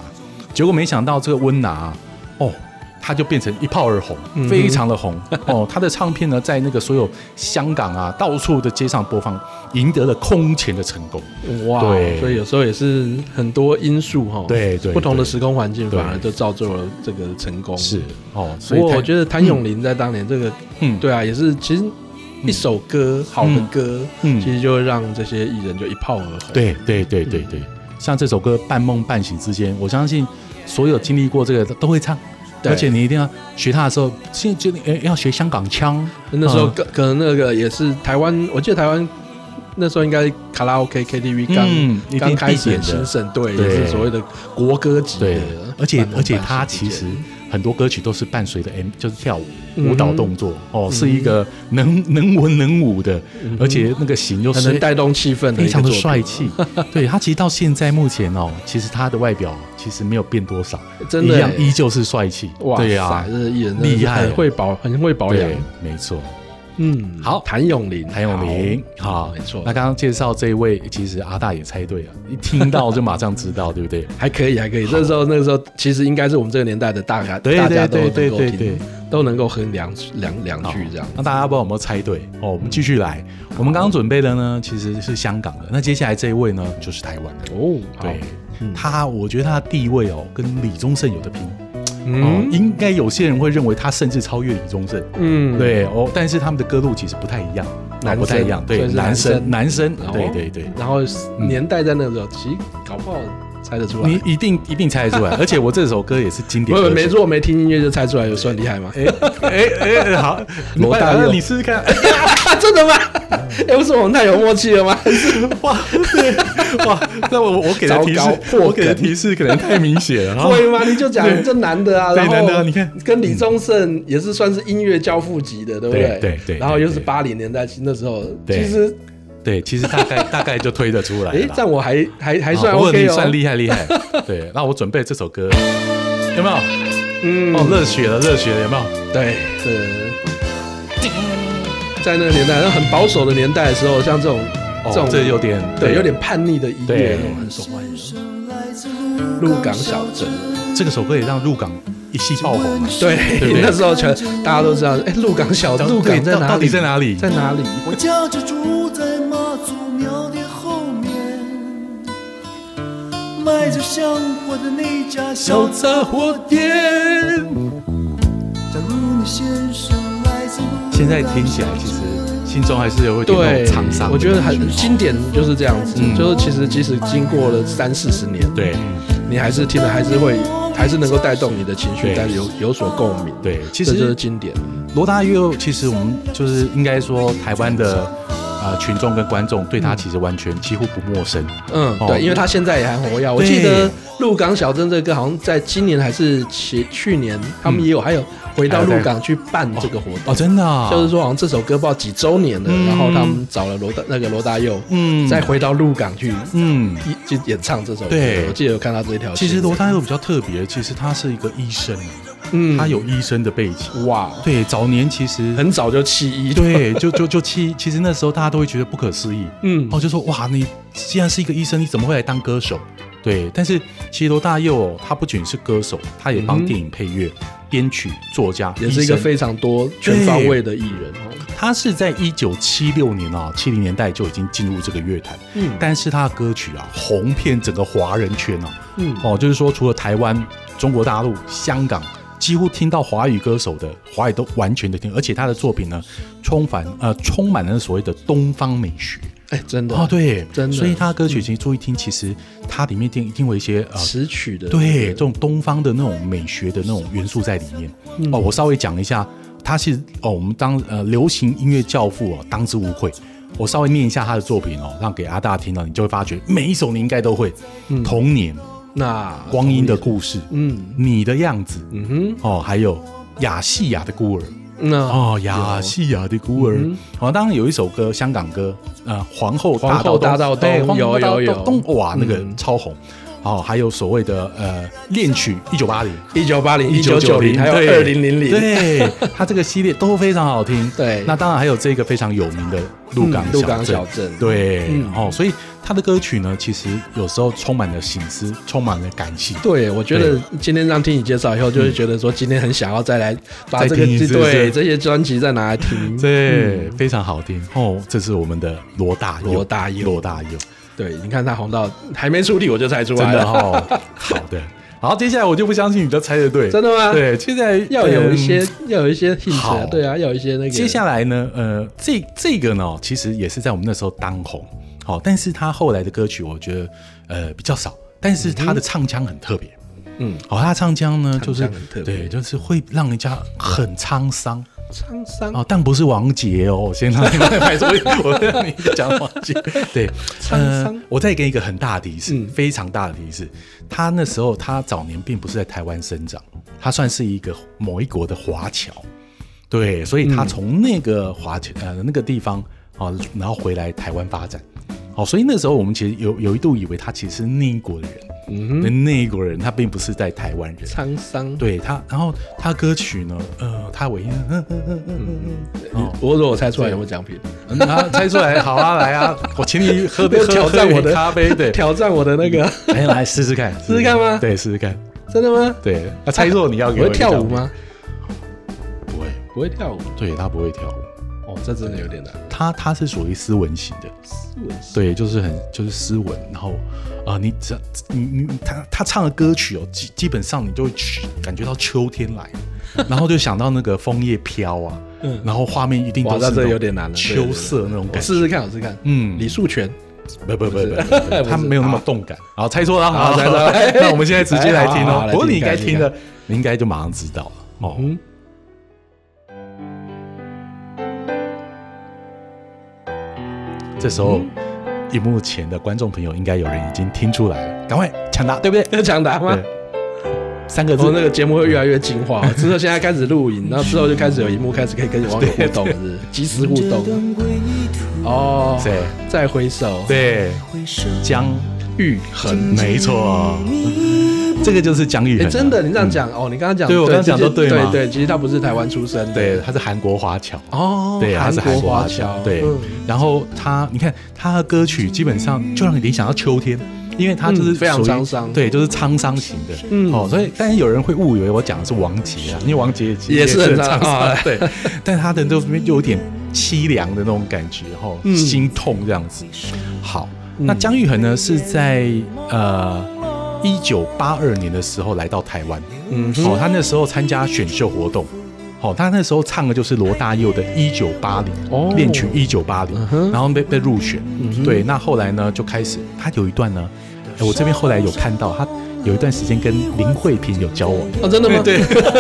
S2: 结果没想到这个温拿啊、哦，他就变成一炮而红，
S1: 嗯
S2: 非常的红哦。他的唱片呢，在那个所有香港啊到处的街上播放，赢得了空前的成功。
S1: 哇，
S2: 对
S1: 所以有时候也是很多因素哈，
S2: 对对
S1: 哦不同的
S2: 对
S1: 时空环境
S2: 对
S1: 反而就造就了这个成功。
S2: 是哦，所
S1: 不
S2: 以
S1: 过我
S2: 得
S1: 觉得谭咏麟在当年这个，
S2: 嗯
S1: 对啊，也是其实一首歌好的歌，
S2: 嗯
S1: 其实就会让这些艺人就一炮而红。，
S2: 对对对对对，像这首歌《半梦半醒之间》，我相信所有经历过这个都会唱，
S1: 对
S2: 而且你一定要学他的时候，现在就诶要学香港腔，
S1: 那时候
S2: 嗯
S1: 可可能那个也是台湾，我记得台湾那时候应该卡拉 OK KTV 刚
S2: 嗯一定
S1: 刚开始
S2: 必点的
S1: 新生，对，
S2: 对
S1: 也是所谓的国歌级的
S2: 对，而且
S1: 半梦半醒之间。
S2: 而且他其实很多歌曲都是伴随着 M，就是跳舞
S1: 嗯嗯
S2: 舞蹈动作哦，是一个能能文能武的，而且那个型又
S1: 很
S2: 是
S1: 能带动气氛，
S2: 非常的帅，气。 对他其实到现在目前哦，其实他的外表其实没有变多少，
S1: 真的
S2: 一样
S1: 耶
S2: 依旧是帅气。
S1: 哇
S2: 对
S1: 塞，
S2: 呀
S1: 这，是艺人真的是
S2: 厉害
S1: 很会保很会保养
S2: 对。，没错。
S1: 嗯，
S2: 好
S1: 谭咏麟，
S2: 谭咏麟，
S1: 好
S2: 好，
S1: 没错
S2: 那刚刚介绍这一位，其实阿大也猜对了，一听到就马上知 道，对不对？
S1: 还可以，还可以。那时候，那个时候其实应该是我们这个年代的大家，
S2: 对
S1: 大家都
S2: 对
S1: 能
S2: 对
S1: 够
S2: 对
S1: 听，
S2: 对
S1: 都能够哼两两两句这样
S2: 那大家不知道有没有猜对哦？我们继续来，我们刚刚准备的呢，其实是香港的。那接下来这一位呢，就是台湾的。
S1: 哦，好
S2: 对，他我觉得他的地位哦，跟李宗盛有的拼。哦，
S1: 嗯
S2: 应该有些人会认为他甚至超越李宗盛。
S1: 嗯，
S2: 对哦，但是他们的歌路其实不太一样，
S1: 男
S2: 哦
S1: 生
S2: 不太一样。
S1: 所
S2: 对，
S1: 以是
S2: 男生，男
S1: 男哦
S2: 生
S1: 然，后
S2: 对对对。嗯
S1: 然后年代在那个时候，其实搞不好猜得出来。
S2: 你一定一定猜得 出来，而且我这首歌也是经典
S1: 不
S2: 歌
S1: 不
S2: 曲。
S1: 没做没听音乐就猜出来，有算厉害 吗？
S2: 哎哎，好，
S1: 罗大佑
S2: 那你试试看。
S1: 啊真的吗？ 哎，不是我们太有默契 了吗？
S2: 哇，对，哇，那我我给的提
S1: 糟糕
S2: 示，
S1: 破梗
S2: 我给的提示可能太明显 了。哈
S1: 会吗？你就讲
S2: 对
S1: 这男的啊，
S2: 对
S1: 然后
S2: 男的啊你看
S1: 跟李宗盛也是算是音乐教父级的，对不
S2: 对
S1: 对？
S2: 对对
S1: 然后
S2: 对
S1: 又是
S2: 对
S1: 八零年代那时候，
S2: 对
S1: 其实
S2: 对，其实大概 大概就推得出来
S1: 哎，
S2: 了
S1: 这。样我还还还算
S2: 啊不过
S1: OK
S2: 你
S1: 哦，
S2: 算厉害厉 害。对，那我准备这首歌，有没有？
S1: 嗯，
S2: 哦，热血了，热血了，有没有？
S1: 对，对，在那个年代，那很保守的年代的时候，像这种、这
S2: 哦
S1: 种，
S2: 这有点
S1: 对有点叛逆的音
S2: 对
S1: 乐，那种很受欢迎。鹿港小镇，
S2: 这个首歌也让入港一夕爆红。啊
S1: 对，
S2: 对不对
S1: 那时候全大家都知道，哎，鹿港小镇，鹿港在
S2: 到
S1: 哪
S2: 到底
S1: 里？
S2: 在哪里？
S1: 在哪里？
S3: 我家就住在妈祖庙的后面，卖着香火的那家小
S2: 杂货店。
S3: 假如你先生来自鹿
S2: 现在听起来，其实心中还是有一点那
S1: 对
S2: 种沧桑。
S1: 我觉得很经典，就是这样子，
S2: 嗯
S1: 就是其实即使经过了三四十年，
S2: 对
S1: 你还是听了，还是会，还是能够带动你的情绪，
S2: 对
S1: 但有有所共鸣。，
S2: 对，其
S1: 这就是
S2: 实
S1: 经典。
S2: 罗大佑，其实我们就是应该说台湾的呃群众跟观众对他其实完全几乎不陌生。
S1: 嗯，
S2: 哦
S1: 对，因为他现在也还活跃。我
S2: 对
S1: 记得《鹿港小镇》这个歌，好像在今年还是前去年，他们也有还有回到鹿港去办这个活动
S2: 哦，。真的啊，
S1: 就是说，好像这首歌不知道几周年了，
S2: 嗯
S1: 然后他们找了罗大那个罗大佑，
S2: 嗯
S1: 再回到鹿港去
S2: 嗯。
S1: 一去演唱这首歌。
S2: 对
S1: 我记得有看到这一条
S2: 其
S1: 新闻。
S2: 实罗大佑比较特别，其实他是一个医生，
S1: 嗯
S2: 他有医生的背景。
S1: 哇，
S2: 对，早年其实
S1: 很早就弃医，
S2: 对，就就就其其实那时候大家都会觉得不可思议，哦
S1: 嗯
S2: 然后就说哇，你既然是一个医生，你怎么会来当歌手？对，但是其实罗大佑哦，他不仅是歌手，他也帮电影配乐、编曲、作家，
S1: 也是一个
S2: 医生
S1: 非常多全方位的艺人哦。
S2: 他是在一九七六年啊，七零年代就已经进入这个乐坛，
S1: 嗯
S2: 但是他的歌曲啊，红遍整个华人圈啊，
S1: 嗯
S2: 哦，就是说除了台湾、中国大陆、香港，几乎听到华语歌手的华语都完全的听，而且他的作品呢，充满呃充满了所谓的东方美学。
S1: 哎，真的
S2: 哦，，对，
S1: 真的
S2: 所以他的歌曲其实注意听，其实它里面一定一定会有一些呃
S1: 词曲的
S2: 对，这种东方的那种美学的那种元素在里面。
S1: 嗯
S2: 哦，我稍微讲一下，他是哦，我们当呃流行音乐教父哦，当之无愧。我稍微念一下他的作品哦，让给阿大听了，你就会发觉每一首你应该都会。
S1: 嗯
S2: 童年、
S1: 那
S2: 光阴的故事，
S1: 啊嗯
S2: 你的样子，
S1: 嗯哼，
S2: 哦，还有亚细亚的孤儿。
S1: 那
S2: 哦，亚细亚的孤儿，
S1: 嗯
S2: 好、当然有一首歌，香港歌，呃，皇后大道
S1: 皇后大道东
S2: 对皇后
S1: 有
S2: 大道
S1: 有有
S2: 东，哇，那个
S1: 嗯
S2: 超红。哦，还有所谓的呃恋曲一九八零、
S1: 一九八零、一九九零，还有二零零零，
S2: 对，它这个系列都非常好听。
S1: 对
S2: 那当然还有这个非常有名的鹿港
S1: 嗯鹿港小镇
S2: 对，
S1: 嗯
S2: 哦，所以他的歌曲呢，其实有时候充满了醒思，充满了感性。
S1: 对，我觉得今天这样听你介绍以后，就会觉得说今天很想要再来把这个
S2: 再听一次是不
S1: 对
S2: 是
S1: 这些专辑再拿来听。
S2: 对，非常好听哦。这是我们的罗大佑，
S1: 罗大佑
S2: 罗大佑，
S1: 对，你看他红到还没出力我就猜出
S2: 真
S1: 来
S2: 的
S1: 了，
S2: 哦。好的，好，接下来我就不相信你的猜的对，
S1: 真的吗？，
S2: 对，现在
S1: 要有一些
S2: 嗯
S1: 要有一些 hint，
S2: 好
S1: 啊对啊，要有一些那个。
S2: 接下来呢，呃，这这个呢，其实也是在我们那时候当红，好、但是他后来的歌曲，我觉得呃比较少，但是他的唱腔很特别，
S1: 嗯，
S2: 好、他的唱腔呢就是
S1: 很特别
S2: 对，就是会让人家很沧桑
S1: 沧桑
S2: 哦，但不是王杰哦，先让你们拍手，我让你讲王杰，对，呃
S1: 沧桑
S2: 我再给你一个很大的提示，
S1: 嗯
S2: 非常大的提示，他那时候他早年并不是在台湾生长，他算是一个某一国的华侨，对，所以他从那个华侨呃那个地方啊，然后回来台湾发展，哦，所以那时候我们其实有有一度以为他其实是那一国的人，嗯哼，那一国人他并不是在台湾人。
S1: 沧桑，
S2: 对他，然后他歌曲呢，呃，他尾音，嗯嗯嗯嗯嗯嗯，哦，
S1: 我如果我猜出来有没有奖品？
S2: 嗯啊，猜出来，好啊，来啊，我请你喝 杯
S1: 我挑战我的
S2: 咖啡， 对，嗯
S1: 挑战我的那个，
S2: 来哎来试试看， 试
S1: 试看吗
S2: 对，试试看，
S1: 真的吗？
S2: 对，啊，猜错你要
S1: 我
S2: 给我
S1: 会
S2: 一个
S1: 跳
S2: 奖
S1: 舞
S2: 品？
S1: 吗？
S2: 不会，
S1: 不会跳舞。
S2: 对他不会跳舞，
S1: 哦，这真的有点难。
S2: 他他是属于斯文型的，对，就是很就是斯文，然后啊、呃你只要你你他他唱的歌曲哦，基基本上你就会去感觉到秋天来 了，然后就想到那个枫叶飘啊，
S1: 嗯
S2: 然后画面一定
S1: 哇
S2: 都是
S1: 那这
S2: 那种
S1: 有点难了对对
S2: 秋
S1: 对
S2: 色那种
S1: 我
S2: 感觉
S1: 试。试看，我试试看。
S2: 嗯
S1: 李树全，
S2: 不 不不
S1: 不
S2: 不
S1: 是
S2: 不，不他
S1: 不是
S2: 没有那么
S1: 好
S2: 动感。好，猜错了，
S1: 好猜错了
S2: 了。 那我们现在直接来听
S1: 好好
S2: 哦
S1: 好。来
S2: 不过
S1: 听
S2: 你应该
S1: 听
S2: 听
S1: 看
S2: 了，你应该就马上知道了。哦，
S1: 嗯，
S2: 这时候荧幕前的观众朋友，应该有人已经听出来了，赶快抢答，对不对？
S1: 要抢答吗
S2: 对？，三哦个
S1: 我
S2: 字
S1: 们那。个节目会越来越进化，之后现在开始录 影，然后之后就开始有荧幕开始可以跟网友互动，是不是即时互动。
S3: 段归途，
S1: 哦，
S2: 对
S1: 再回首，，
S2: 对，
S3: 回首
S2: 姜育恒，没错，
S3: 你
S2: 这个就是姜育
S1: 哎，
S2: 恒。啊
S1: 真的，你这样讲哦，你刚刚讲，
S2: 嗯对我刚刚讲
S1: 这
S2: 都对嘛
S1: 对对，其实他不是台湾出生的，
S2: 对，他是韩国华侨。
S1: 哦，
S2: 对，他
S1: 韩
S2: 是韩
S1: 国
S2: 国
S1: 华
S2: 华
S1: 侨
S2: 侨，。对
S1: 嗯，
S2: 然后他，你看他的歌曲基本上就让你联想到秋天，因为他就是
S1: 嗯非常
S2: 属于
S1: 沧桑
S2: 对，就是沧桑型的，
S1: 嗯
S2: 哦，所以但是有人会误以为我讲的是王杰啊，因为王杰
S1: 也是很
S2: 沧
S1: 沧桑
S2: 桑，对，但他的都又有点凄凉的那种感觉，哦，
S1: 嗯
S2: 心痛这样子。好，那
S1: 嗯
S2: 姜育恒呢是在呃一九八二年的时候来到台湾，
S1: 嗯哼
S2: 哦，他那时候参加选秀活动，哦，他那时候唱的就是罗大佑的《一九八零
S1: 哦》
S2: 恋曲《一九八零
S1: 嗯》，哼
S2: 然后被被入选
S1: 嗯哼。
S2: 对，那后来呢，就开始他有一段呢，哎我这边后来有看到他有一段时间跟林慧萍有交往。
S1: 哦，真的吗？对，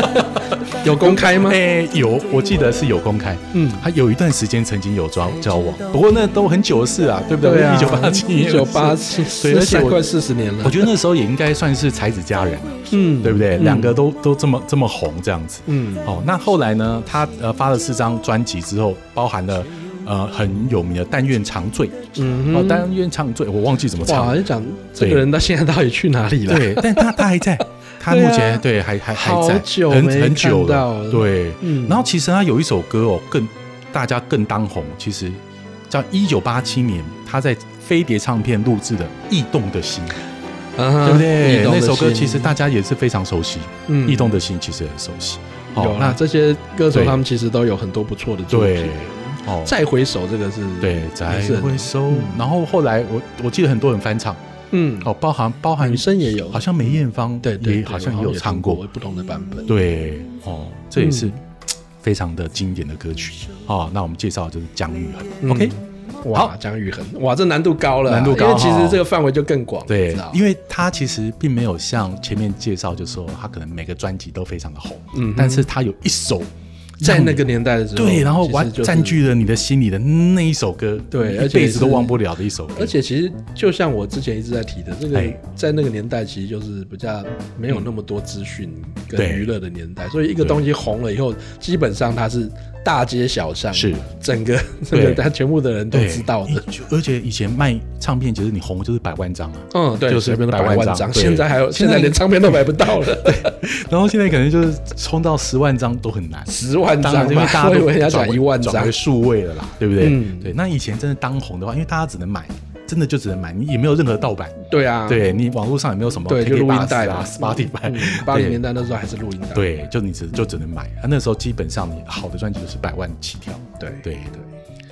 S1: 有公开吗？
S2: 哎，有，我记得是有公开。
S1: 嗯
S2: 他有一段时间曾经有交交往，不过那都很久的事啊，对不对？一九八七年，
S1: 一九八七，
S2: 对，而且我
S1: 快四十年了。
S2: 我觉得那时候也应该算是才子佳人啊，
S1: 嗯
S2: 对不对？
S1: 嗯
S2: 两个都都这么这么红这样子。
S1: 嗯
S2: 哦，那后来呢？他呃发了四张专辑之后，包含了呃很有名的《但愿长醉》
S1: 嗯
S2: 哦，
S1: 哼
S2: 《但愿长醉》我忘记怎么
S1: 哇，
S2: 唱，
S1: 你讲这个人到现在到底去哪里了？
S2: 对，但他他 还在，他目
S1: 对啊
S2: 前对还还还
S1: 好
S2: 在，
S1: 久
S2: 很
S1: 没
S2: 很久
S1: 看到了
S2: 对。
S1: 嗯
S2: 然后其实他有一首歌哦，更大家更当红，其实叫一九八七年他在飞碟唱片录制的《驿动的心》，
S1: 嗯哼
S2: 对不对？
S1: 异动
S2: 那
S1: 的
S2: 首歌
S1: 心
S2: 其实大家也是非常熟悉，
S1: 嗯
S2: 《驿动的心》其实很熟悉。
S1: 有啊
S2: 哦，
S1: 啦
S2: 那
S1: 这些歌手
S2: 对
S1: 他们其实都有很多不错的作
S2: 对
S1: 品。，
S2: 哦，
S1: 再回首这个是
S2: 对，
S1: 还
S2: 再
S1: 是很
S2: 回首。然后后来我我记得很多人翻唱，
S1: 嗯，
S2: 哦，包含包含
S1: 女生也有，
S2: 好像梅艳芳
S1: 对对，
S2: 也
S1: 对
S2: 好像也
S1: 我
S2: 有唱过，
S1: 不同的版本。
S2: 对，哦，这也是
S1: 嗯
S2: 非常的经典的歌曲哦。那我们介绍的就是姜育恒
S1: 嗯
S2: ，OK，
S1: 哇，姜育恒，哇，这难度高了啊，
S2: 难度高
S1: 因为其
S2: 哈
S1: 实这个范围就更广，
S2: 对
S1: 知道，
S2: 因为他其实并没有像前面介绍，就说他可能每个专辑都非常的红，
S1: 嗯哼
S2: 但是他有一首
S1: 在
S2: 让你
S1: 那个年代的时候，
S2: 对，然后
S1: 其实
S2: 完
S1: 就是
S2: 占据了你的心里的那一首歌，
S1: 对而
S2: 一
S1: 且
S2: 辈子都
S1: 是
S2: 忘不了的一首歌，
S1: 而且其实就像我之前一直在提的，这个
S2: 哎
S1: 在那个年代其实就是比较没有那么多资讯跟
S2: 对
S1: 娱乐的年代，所以一个东西红了以后，基本上它是大街小巷
S2: 是
S1: 整个整
S2: 对
S1: 个它全部的人都
S2: 对
S1: 知道的。
S2: 以而且以前卖唱片，其实你红就是百万张啊。
S1: 嗯，对，
S2: 就是
S1: 随便都
S2: 百
S1: 百
S2: 万
S1: 万
S2: 张
S1: 张，
S2: 对
S1: 现在还有现在连唱片都买不到 了，
S2: 然后现在可能就是冲到十万张都很难，
S1: 十万
S2: 当
S1: 张
S2: 然因为
S1: 吧，我
S2: 大家
S1: 以
S2: 都
S1: 为要
S2: 转
S1: 讲
S2: 为
S1: 一万
S2: 转
S1: 张
S2: 为，数位了啦，对不对？
S1: 嗯
S2: 对，那以前真的当红的话，因为大家只能买真的就只能买，你也没有任何盗版，
S1: 对啊，
S2: 对你网络上也没有什么
S1: 对就
S2: KKBOX
S1: 录音带
S2: 啊
S1: 吧
S2: ，Spotify，
S1: 嗯八零
S2: 对
S1: 年代那时候还是录音带，
S2: 对，就你只就只能买。啊，那时候基本上你好的专辑就是百万起跳。
S1: 对
S2: 对
S1: 对，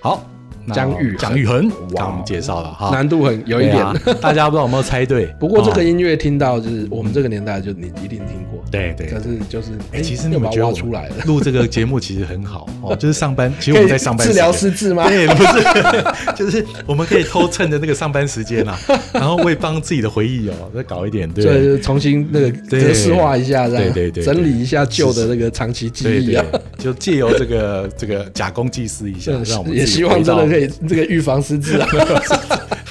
S2: 好，那
S1: 姜育恒
S2: 姜育恒，刚刚我们介绍了哈，
S1: 难度很有一
S2: 对
S1: 点
S2: 啊。大家不知道有没有猜对？
S1: 不过这个
S2: 哦
S1: 音乐听到就是我们这个年代，就你一定听过，
S2: 对对
S1: 但是就是
S2: 哎，
S1: 诶
S2: 其实你
S1: 又把
S2: 们
S1: 它
S2: 觉得
S1: 挖
S2: 我
S1: 出来了
S2: 们，录这个节目其实很好 哦，就是上班，其实我
S1: 可以
S2: 们在上班
S1: 治
S2: 时
S1: 疗
S2: 间。
S1: 师治吗？
S2: 对，不是， 就是我们可以偷趁着那个上班时间 啊，然后为帮自己的回忆哦，再搞一点，对不
S1: 所以
S2: 对
S1: 就重新那个格式化一下，这样
S2: 对对对对
S1: 整理一下旧的那个长期记
S2: 对
S1: 忆啊。
S2: 对，就借由这个这个假公济私一下，让我们
S1: 也
S2: 自己
S1: 希望
S2: 回
S1: 真
S2: 到
S1: 的可以这个预防失智啊。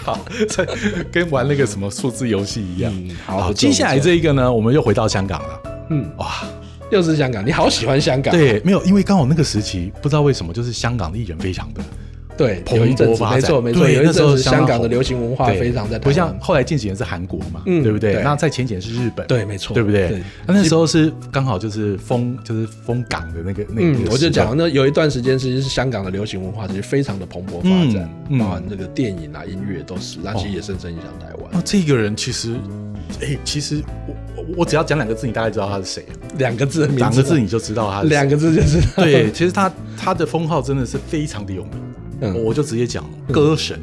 S2: 好，这跟玩那个什么数字游戏一样。
S1: 嗯好不错
S2: 接下来这一个呢，我们又回到香港了。
S1: 嗯，
S2: 哇，
S1: 又是香港，你好喜欢香港，
S2: 对，没有，因为刚好那个时期，不知道为什么，就是香港的艺人非常的
S1: 对，
S2: 蓬
S1: 有一阵
S2: 勃
S1: 子，
S2: 发
S1: 没
S2: 展，
S1: 错没错，
S2: 对
S1: 有
S2: 那
S1: 一
S2: 时
S1: 阵
S2: 候
S1: 子香港的
S2: 红
S1: 流行文化
S2: 对
S1: 非常在台湾，
S2: 不像后来近几年是韩国嘛，
S1: 嗯
S2: 对不对？
S1: 对
S2: 那再前几年是日本，
S1: 对没错
S2: 对不对
S1: 对？
S2: 那那时候是刚好就是封就是封港的那个那
S1: 嗯
S2: 个，，
S1: 我就讲，那有一段时间，其实是香港的流行文化其实非常的蓬勃发展，
S2: 嗯嗯哦
S1: 包含这个电影啊、音乐都是，那其实也深深影响台湾
S2: 那。这个人其实，哎，其实我我我只要讲两个字，你大概知道他是谁，
S1: 两个字的名字，
S2: 两个字你就知道他是谁
S1: 两个字就是
S2: 对，其实他他的封号真的是非常的有名，
S1: 嗯
S2: 我就直接讲歌神。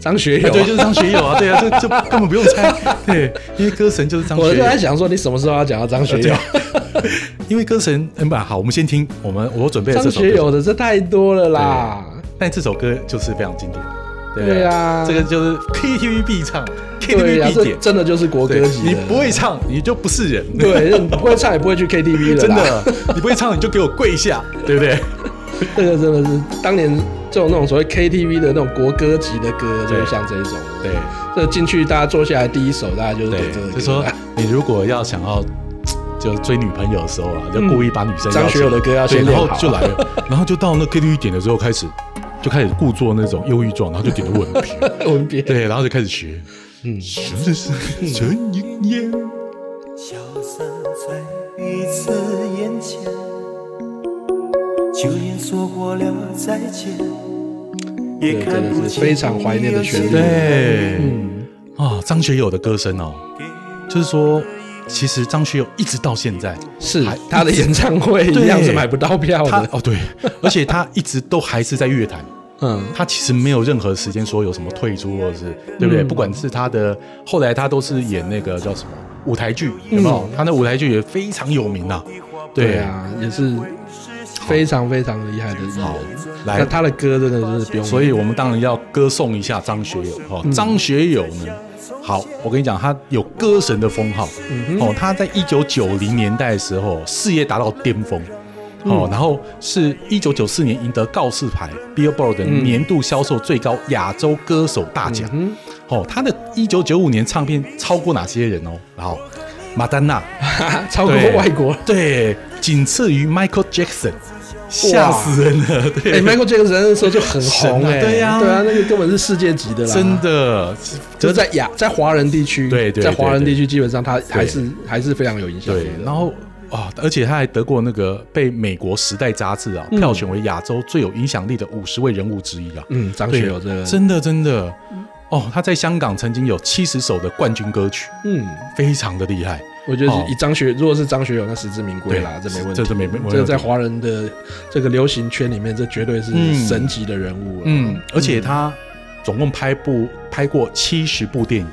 S1: 张学友
S2: 对，
S1: 啊。
S2: 就是张学友啊，对啊，这这根本不用 猜，对，因为歌神就是张
S1: 我
S2: 学
S1: 就
S2: 友。
S1: 在想说，你什么时候要讲到张
S2: 呃
S1: 学
S2: 啊
S1: 友？
S2: 因为歌神，嗯，不好，我们先听我们我准备了
S1: 张
S2: 这首
S1: 学
S2: 歌，
S1: 友的这太多了啦。
S2: 但这首歌就是非常经典，
S1: 对啊
S2: 这个就是 KTV 必唱
S1: 对
S2: ，KTV
S1: 啊，
S2: 必
S1: 这
S2: 点，
S1: 真的就是国歌
S2: 对，
S1: 级的。
S2: 你不会唱你就不是人，
S1: 对，不会唱也不会去 KTV 了。
S2: 真，的，你不会唱你就给我跪下，对不对？
S1: 这个真的是当年这种那种所谓 KTV 的那种国歌级的歌，就
S2: 对
S1: 是像这一种。
S2: 对，
S1: 这进去大家坐下来第一首，大家就是点这个
S2: 对，
S1: 歌。
S2: 就说你如果要想要就追女朋友的时候啊，就故意把女生
S1: 嗯张
S2: 邀
S1: 学
S2: 请
S1: 友的歌要
S2: 对，
S1: 先
S2: 然
S1: 练
S2: 后
S1: 好。
S2: 就来了，然后就到那 KTV 点的时候开始，就开始故作那种忧郁状，然后就点 了文凭，
S1: 文别
S2: 对，然后就开始学，
S1: 嗯，
S2: 是是是，陈盈烟，
S3: 消散在彼此眼前，就连说过了再见，也
S1: 这个
S3: 看
S1: 真
S3: 不
S1: 的是
S3: 清
S1: 非常怀念的旋律。
S2: 对，
S1: 嗯，
S2: 啊，张学友的歌声哦，就是说，其实张学友一直到现在，
S1: 是
S2: 还
S1: 他的演唱会一样是买不到票
S2: 他
S1: 的。
S2: 哦对， 而且他一直都还是在乐坛。
S1: 嗯，
S2: 他其实没有任何时间说有什么退出，或者是对不对？
S1: 嗯
S2: 不管是他的后来，他都是演那个叫什么舞台剧，有没有？他那舞台剧也非常有名啊。
S1: 嗯对，啊，也是非常非常厉害的艺
S2: 好
S1: 人。
S2: 来
S1: 那，他的歌真的是不用，
S2: 所以我们当然要歌颂一下张学友哦。
S1: 嗯
S2: 张学友呢，好，我跟你讲，他有歌神的封号、
S1: 嗯
S2: 哦。他在一九九零年代的时候，事业达到巅峰。
S1: 嗯
S2: 哦，然后是一九九四年赢得告示牌 Billboard 的
S1: 嗯
S2: 年度销售最高亚洲歌手大奖。哦，他的一九九五年唱片超过哪些人哦？然后马丹娜，
S1: 超过
S2: 对
S1: 外国。
S2: 对，仅次于 Michael Jackson，吓死人了。对，
S1: 哎，Michael Jackson 那时候就很红
S2: 神啊
S1: 哎，
S2: 对呀
S1: 对啊，那个根本是世界级的啦，
S2: 真。的，
S1: 就是在亚在华人地区，
S2: 对对
S1: 在华人
S2: 对对
S1: 地区基本上他还是还是非常有影响力
S2: 对
S1: 的。，
S2: 然后啊、而且他还得过那个被美国《时代》杂志啊、票选为亚洲最有影响力的五十位人物之一啊。
S1: 嗯，张
S2: 对，
S1: 学友这个，嗯
S2: 真的真的哦，他在香港曾经有七十首的冠军歌曲，
S1: 嗯，
S2: 非常的厉害。
S1: 我觉得
S2: 哦
S1: 是以张学，如果是张学友，那实至名归啦，这
S2: 对
S1: 没问题，
S2: 这这没没问题
S1: 这在华人的这个流行圈里面，这绝对是
S2: 嗯
S1: 神级的人物了。啊哦
S2: 嗯，而且他总共拍部拍过七十部电影，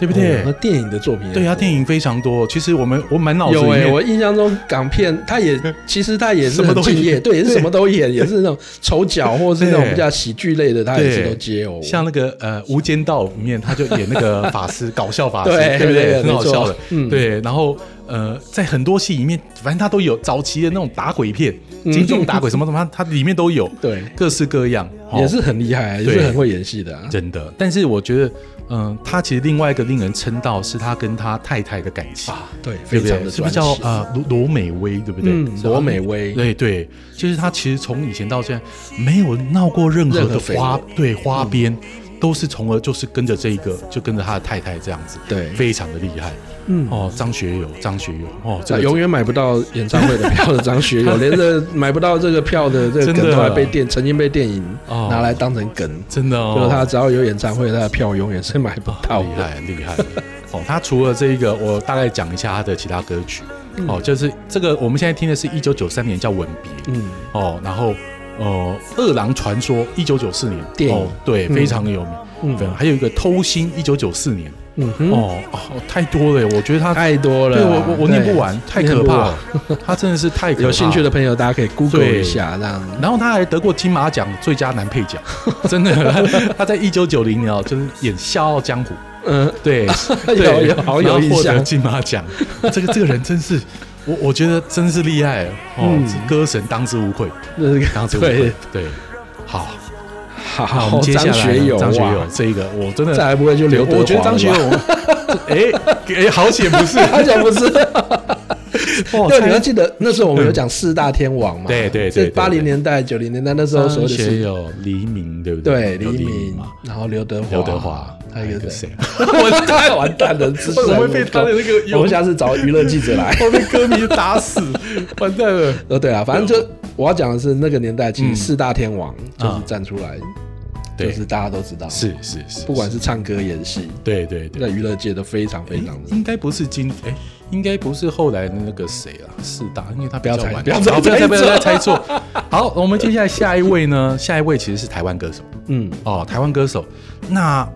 S2: 对不对？
S1: 哦那电影的作品，
S2: 对啊，电
S1: 影。
S2: 影非常多。其实我们我满脑子里
S1: 有哎、
S2: 面，
S1: 我印象中港片，他 也其实他也是
S2: 什么
S1: 很
S2: 都
S1: 敬业，
S2: 演
S1: 对，也是什么都 演，也是那种丑角或者是那种
S2: 对
S1: 比较喜剧类的，他也是
S2: 对
S1: 都接哦。
S2: 像那个呃《无间道》里面，他就演 那个法师，搞笑法师，
S1: 对
S2: 对不
S1: 对
S2: 对？
S1: 没
S2: 很好
S1: 错
S2: 笑的，
S1: 嗯
S2: 对。然后呃，在很多戏里面，反正他都有早期的那种打鬼片，金钟打鬼什么什么，他他里面都有，
S1: 嗯对
S2: 各式各样，哦
S1: 也是很厉害，啊也
S2: 对
S1: 是很会演戏的、啊。
S2: 真的。但是我觉得，嗯，他其实另外一个令人称道是他跟他太太的感情。
S1: 啊，对，
S2: 对
S1: 非
S2: 不对
S1: 常？的
S2: 是不
S1: 传
S2: 是叫
S1: 奇
S2: 呃罗罗美薇？对不对？
S1: 嗯
S2: 是吧
S1: 罗美薇，
S2: 对对，就是他其实从以前到现在没有闹过任何
S1: 任何
S2: 的
S1: 绯嗯
S2: 花，对花边，都是从而就是跟着这一个，就跟着他的太太这样子，
S1: 对
S2: 非常的厉害。
S1: 嗯
S2: 哦，张学友，张学友，哦，这
S1: 那
S2: 个
S1: 永远买不到演唱会的票的张 学友，连这买不到这个票的这个
S2: 真的啊
S1: 梗都还被电，曾经被电影
S2: 哦
S1: 拿来当成梗，
S2: 真的
S1: 就是
S2: 哦，
S1: 他只要有演唱会，他的票永远是买不到
S2: 厉
S1: 的。
S2: 害厉害。哦，他除了这一个，我大概讲一下他的其他歌曲。哦，就是这个，我们现在听的是一九九三年叫《吻别》，
S1: 嗯，
S2: 哦，然后呃，《饿狼传说》一九九四年
S1: 电影
S2: 哦，对，
S1: 嗯
S2: 非常的有名。
S1: 嗯
S2: 对，还有一个《偷心》一九九四年，
S1: 嗯哼，
S2: 哦哦，太多了，我觉得他
S1: 太多了，
S2: 对我我我念不完，太可怕
S1: 念
S2: 了， 他真的是太可怕。
S1: 有兴趣的。朋友，大家可以 Google
S2: 对
S1: 一下，这样
S2: 然后他还得过金马奖最佳男配 角，真的， 他他在一九九零年哦，就是演《笑傲江 湖》，
S1: 嗯，
S2: 对，
S1: 有有好有
S2: 然
S1: 印
S2: 后获得
S1: 象，
S2: 金马奖，这个这个人真是，我我觉得真是厉害哦
S1: 嗯，
S2: 是歌神当之无愧，
S1: 这
S2: 当
S1: 个
S2: 之无愧
S1: 对，，
S2: 对，好，那我
S1: 好
S2: 们，接下来
S1: 张学友，
S2: 呢张学
S1: 哇
S2: 友，这一个我真的
S1: 再来不会就刘德华了吧
S2: 我觉得张学友， 哎哎，好险不是，
S1: 他讲不是，
S2: 哦
S1: 对，
S2: 蔡
S1: 你要记得那时候我们有讲四大天王嘛，
S2: 嗯对对对对
S1: 八零年代、九零年代那时候所
S2: 张
S1: 有的
S2: 学
S1: 是，
S2: 友、黎明，对不
S1: 对，
S2: 有
S1: 黎
S2: 明
S1: 明
S2: 嘛，，
S1: 然后刘德华，
S2: 刘德华，哎
S1: 还有一个谁？
S2: 谁？啊
S1: 完蛋完蛋 了，知识
S2: 为什么会
S1: 还
S2: 被
S1: 不
S2: 他的
S1: 够
S2: 那个
S1: 我们下次找娱乐记者来。
S2: 我被歌迷 打死，完蛋了。
S1: 呃，对啊，反正就我要讲的是那个年代，其实四大天王就是
S2: 嗯啊
S1: 站出来，就
S2: 对，
S1: 是
S2: 是
S1: 大家都知道，
S2: 是是，
S1: 不管是唱歌、演戏，
S2: 对对
S1: 在，
S2: 对
S1: 娱乐界都非常非常的。
S2: 应该不是今哎，应该不是后来的那个谁啦，四大，因为他比较
S1: 不要猜
S2: 晚
S1: 不要
S2: 好不要
S1: 猜
S2: 猜，不要
S1: 错
S2: 再猜错。好，我们接下来下一位呢？下一位其实是台湾歌手
S1: 嗯，
S2: 哦，台湾歌手。那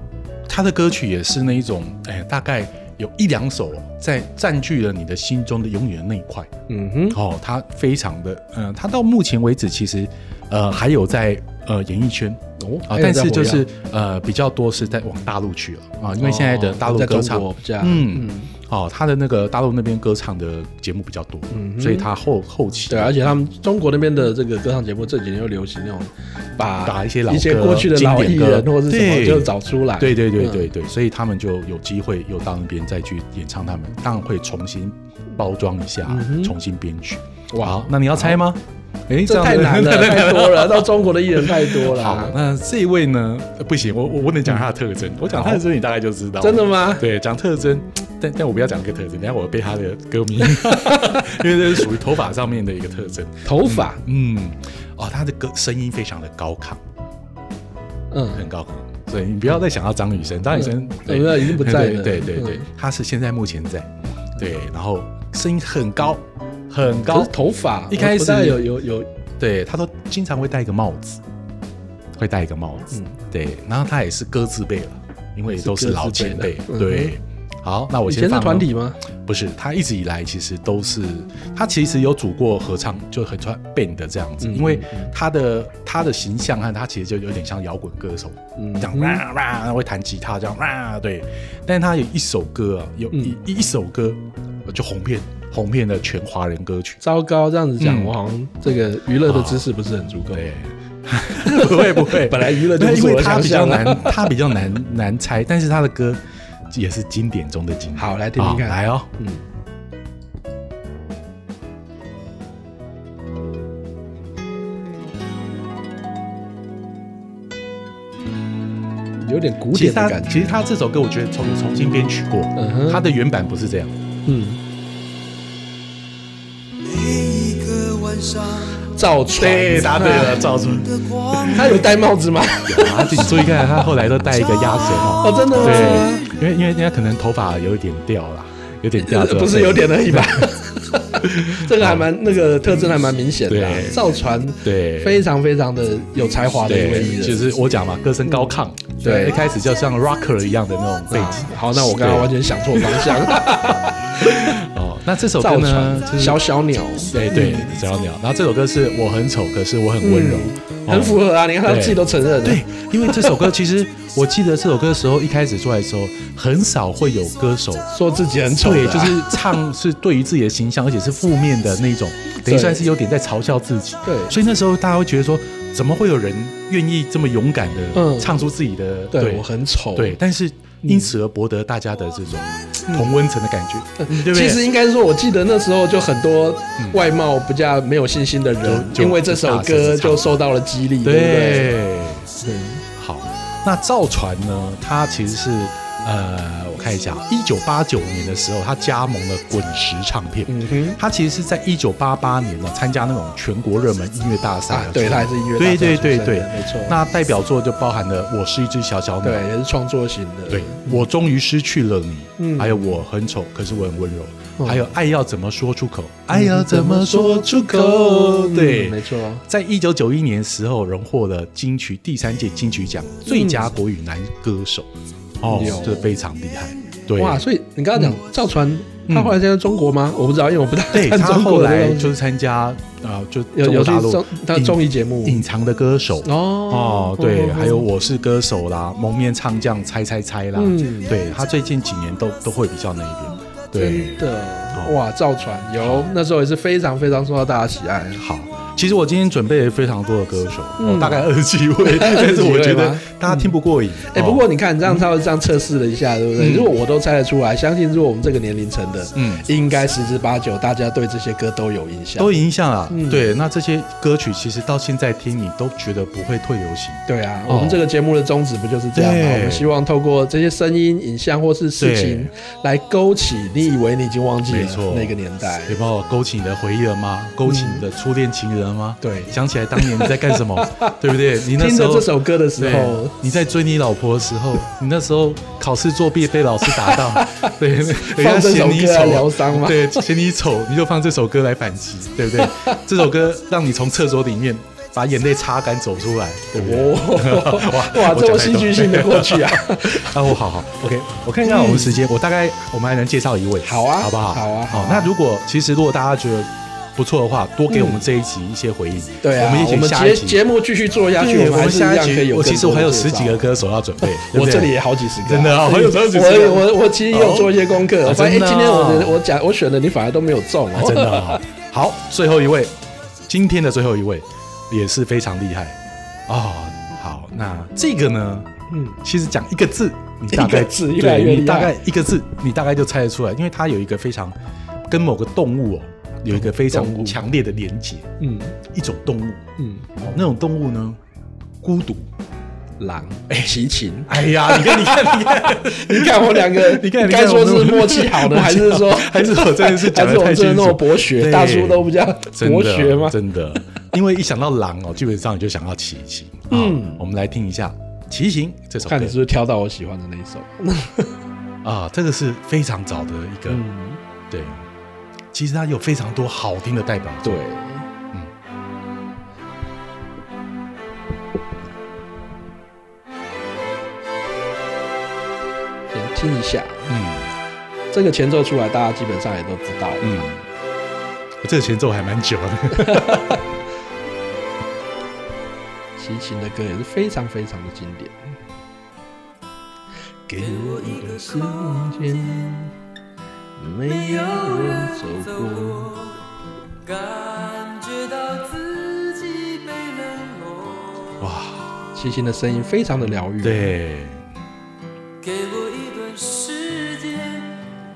S2: 他的歌曲也是那一种，哎，大概有一两首哦在占据了你的心中的永远的那一块。
S1: 嗯哼，
S2: 哦，他非常的，嗯、他到目前为止其实，呃，还有在呃演艺圈
S1: 哦
S2: 啊、
S1: 还有
S2: 但
S1: 在
S2: 是
S1: 活
S2: 就
S1: 跃
S2: 是呃比较多是在往大陆去了啊，因为现在的
S1: 哦
S2: 大陆
S1: 在
S2: 歌
S1: 中
S2: 唱，
S1: 国比较
S2: 嗯
S1: 嗯，
S2: 哦，他的那个大陆那边歌唱的节目比较多，
S1: 嗯哼
S2: 所以他后后期
S1: 对，啊而且他们中国那边的这个歌唱节目这几年又流行那种把
S2: 打一些老
S1: 一些
S2: 歌
S1: 过去的老艺
S2: 经典
S1: 人
S2: 歌
S1: 或者是什
S2: 对
S1: 么就找出来，
S2: 对对对
S1: 嗯
S2: 对对，所以他们就有机会又到那边再去演唱，他们当然会重新包装一下，
S1: 嗯哼
S2: 重新编曲。
S1: 哇
S2: 好，那你要猜吗？哎，
S1: 这
S2: 样
S1: 太
S2: 子
S1: 难 了，太多了，到中国的艺人太多
S2: 好，
S1: 了，
S2: 那这一位呢？呃不行，我我不能讲他的特征，我讲他的特征你大概就知道。
S1: 嗯真的？吗？
S2: 对，讲特征，但但我不要讲一个特征，等一下我被他的歌迷，因 为这是属于头发上面的一个特征。
S1: 头发，
S2: 嗯，哦，他的歌声音非常的高亢，
S1: 嗯，
S2: 很高亢。所以你不要再想到张雨生，张雨生对
S1: 嗯已经不在嗯了
S2: 对对对对，他是现在目前在，对，然后声音很高，很
S1: 可
S2: 高
S1: 是，头发
S2: 一开始
S1: 我不大有有有
S2: 对他都经常会戴一个帽子，会戴一个帽
S1: 嗯
S2: 子，对，然后他也是哥字辈了，因为都是老前辈
S1: 是，哥字辈了嗯
S2: 对。好，那我
S1: 以
S2: 先
S1: 前
S2: 放
S1: 的
S2: 哦
S1: 团体吗？
S2: 不是他一直以来其实都是他其实有组过合唱，就很穿 band 的这样子，
S1: 嗯
S2: 因为他的他的形象和他其实就有点像摇滚歌手，
S1: 嗯
S2: 这样啦啦会弹吉他这样啦，对，但他有一首歌啊，有
S1: 嗯
S2: 一一一首歌就红遍红遍了全华人歌曲。
S1: 糟糕，这样子讲，
S2: 嗯
S1: 我好像这个娱乐的知识不是很足够。
S2: 对， 不会不 会，
S1: 本来娱乐就不
S2: 对
S1: 是
S2: 因
S1: 我的
S2: 为他
S1: 强
S2: 比较
S1: 项啊。
S2: 难，他比较难难猜，但是他的歌也是经典中的经典。
S1: 好来听听看
S2: 好来哦，
S1: 嗯，有点古
S2: 其实
S1: 典
S2: 他
S1: 的感觉。
S2: 其实他这首歌，我觉得重重新编曲过
S1: 嗯，哼
S2: 他的原版不是这样。
S1: 嗯，
S3: 每一个晚上
S1: 造船，哎
S2: 答对了，赵总。
S3: 的光
S1: 他有戴帽子吗？
S2: 啊，你注意看，他后来都戴一个鸭舌 帽。
S1: 哦，真的吗？
S2: 对，因为因为人家可能头发有一点掉啦，有点掉。
S1: 呃不是有点而已吧？这个还蛮那个特征还蛮明显的啊
S2: 对。
S1: 造船
S2: 对，
S1: 非常非常的有才华的一位艺
S2: 对，
S1: 人，
S2: 就是我讲嘛，歌声高亢，
S1: 对
S2: 一开始就像 rocker 一样的那种背
S1: 啊
S2: 景。
S1: 好，那我刚刚完全想错方 向。
S2: 哦，那这首歌
S1: 造
S2: 呢，
S1: 船，
S2: 就是
S1: 小小鸟，
S2: 对对小鸟，然后这首歌是我很丑，可是我很温柔，哦
S1: 很符合啊！你看他
S2: 对
S1: 自己都承认了。
S2: 对，因为这首歌其实我记得这首歌的时候，一开始出来的时候，很少会有歌手
S1: 说自己很丑的啊，
S2: 对，就是唱是对于自己的形象，而且是负面的那种，等于
S1: 对
S2: 算是有点在嘲笑自己。
S1: 对
S2: 所以那时候大家会觉得说，怎么会有人愿意这么勇敢的
S1: 嗯
S2: 唱出自己的
S1: 对我很嗯丑。
S2: 对，，但是因此而博得大家的这种同温层的感觉，对不对？
S1: 嗯
S2: 嗯
S1: 其实应该是说，我记得那时候就很多外貌比较没有信心的人，
S2: 就就
S1: 因为这首
S2: 大声地
S1: 歌
S2: 唱
S1: 就受到了激励，对不对？
S2: 对，
S1: 嗯
S2: 好，那造船呢，它其实是呃，我看一下，一九八九年的时候，它加盟了滚石唱片。
S1: 嗯哼，
S2: 他其实是在一九八八年呢参加那种全国热门音乐大赛
S1: 啊
S2: 的时候、，
S1: 对，他还是音乐大赛
S2: 对对
S1: 出
S2: 对
S1: 身
S2: 对，
S1: 的没错。
S2: 那代表作就包含了《我是一只小小鸟
S1: 对》，也是创作型的，
S2: 对，我终于失去了你，
S1: 嗯
S2: 还有我很丑，可是我很温柔，
S1: 嗯
S2: 还有爱要怎么说出口，爱要怎么说出口，
S1: 嗯
S2: 对，
S1: 没错啊。
S2: 在一九九一年时候，荣获了金曲第三届金曲奖最佳国语男歌手，哦
S1: 有，
S2: 这非常厉害，对，
S1: 哇，所以你刚刚讲造船，
S2: 嗯
S1: 他后来在中国吗？我不知道，因为我不大
S2: 对
S1: 看
S2: 他
S1: 中
S2: 后
S1: 国的
S2: 来
S1: 东西
S2: 就是参加啊，就
S1: 有
S2: 中
S1: 有
S2: 国
S1: 去综他
S2: 大陆隐
S1: 综艺节目
S2: 隐藏的歌手
S1: 哦
S2: 哦，对，还有
S1: 哦
S2: 我是歌手啦，蒙面唱将猜猜猜啦，
S1: 嗯
S2: 对他最近几年都都会比较那一边，对哦
S1: 真。的哇，造船有那时候也是非常非常受到大家喜爱。
S2: 好，其实我今天准备了非常多的歌手，
S1: 嗯
S2: 哦、大概二十几位，但是我觉得大家听不过瘾。
S1: 哎、
S2: 哦
S1: 不过你看，你这样稍微这样测试了一下，对不对？
S2: 嗯
S1: 如果我都猜得出来，相信如果我们这个年龄层的，
S2: 嗯
S1: 应该十之八九大家对这些歌都有印象。
S2: 都有影响了。
S1: 嗯
S2: 对，那这些歌曲其实到现在听，你都觉得不会退流行。
S1: 对啊，
S2: 哦
S1: 我们这个节目的宗旨不就是这样吗？
S2: 对
S1: 我们希望透过这些声音、影像或是事情，来勾起你以为你已经忘记
S2: 没
S1: 了
S2: 错
S1: 啊那个年代。嗯
S2: 有没有勾起你的回忆了吗？勾起你的初恋情人了吗？
S1: 对
S2: 想起来当年你在干什 么，对不对？你那
S1: 听
S2: 时
S1: 着
S2: 候
S1: 这首歌的时
S2: 对
S1: 候，
S2: 你在追你老婆的时候，你那时候考试作弊被老师 打到，对，人家
S1: 放这首
S2: 嫌你
S1: 歌来疗
S2: 丑，
S1: 伤吗？
S2: 对，嫌你丑，你就放这首歌来反击，对 不对？这首歌让你从厕所里面把眼泪擦干走出来，对不对？
S1: 哦，
S2: 哇
S1: 哇，
S2: 我
S1: 这么
S2: 讲太
S1: 戏
S2: 多
S1: 剧性的过 去啊！
S2: 啊，我好好，OK，我看一下我们时间，我大概我们还能介绍一位，
S1: 好啊
S2: 好不好？
S1: 好啊好啊
S2: 那如果其实如果大家觉得不错的话，多给我们这一集一些回应，
S1: 对啊，
S2: 我
S1: 我们
S2: 们也许下一
S1: 节
S2: 集
S1: 节目继续做下去，
S2: 对，
S1: 我们还是一
S2: 下
S1: 样
S2: 一
S1: 可以
S2: 集，
S1: 有。
S2: 我其实我还有十几个，歌手要准备，对不
S1: 我
S2: 对
S1: 这里也好几十个啊，
S2: 真的啊
S1: 所以
S2: 我有时候只
S1: 我
S2: 是这样
S1: 我我其实也有做一些功课，
S2: 哦
S1: 我发现
S2: 真的
S1: 哎
S2: 啊
S1: 今天我的我讲我选的你反而都没有中
S2: 啊
S1: 哦，
S2: 真 的啊好，最后一位，今天的最后一位也是非常厉害哦。好，那这个呢，
S1: 嗯
S2: 其实讲一个字，你大概
S1: 一个字
S2: 对
S1: 越来越厉害
S2: 你大概一个字，你大概就猜得出来，因为它有一个非常跟某个动物哦，有一个非
S1: 动
S2: 常
S1: 物
S2: 强烈的连接，
S1: 嗯
S2: 一种动物，
S1: 嗯，
S2: 那种动物呢，孤独。
S1: 狼齐秦，
S2: 哎呀，你看，你看，你看，
S1: 你看我两个，
S2: 你看，你
S1: 该
S2: 看
S1: 说
S2: 我们
S1: 是默契好呢，
S2: 默
S1: 还
S2: 契
S1: 是
S2: 好
S1: 说
S2: 还是我真的 是
S1: 还
S2: 讲
S1: 是
S2: 的
S1: 我
S2: 太
S1: 们真的
S2: 清
S1: 那么
S2: 楚？
S1: 博学，
S2: 对
S1: 大叔都不叫
S2: 真的
S1: 博学吗？
S2: 真的，因为一想到狼哦，基本上你就想到骑行。
S1: 嗯
S2: 嗯，我们来听一下《骑行》这首歌
S1: 看你是不是挑到我喜欢的那一首，
S2: 啊，这个是非常早的一个，
S1: 嗯，
S2: 对。其实它有非常多好听的代表作
S1: 对，，嗯先听一下。
S2: 嗯
S1: 这个前奏出来，大家基本上也都知道了。
S2: 嗯，这个前奏还蛮久的，
S1: 齐秦的歌也是非常非常的经典。给我一个时间，没有人走过。
S3: 感觉到自己被冷 落。
S2: 哇，
S1: 齐秦的声音非常的疗愈。，
S2: 对
S3: 给我一段时间，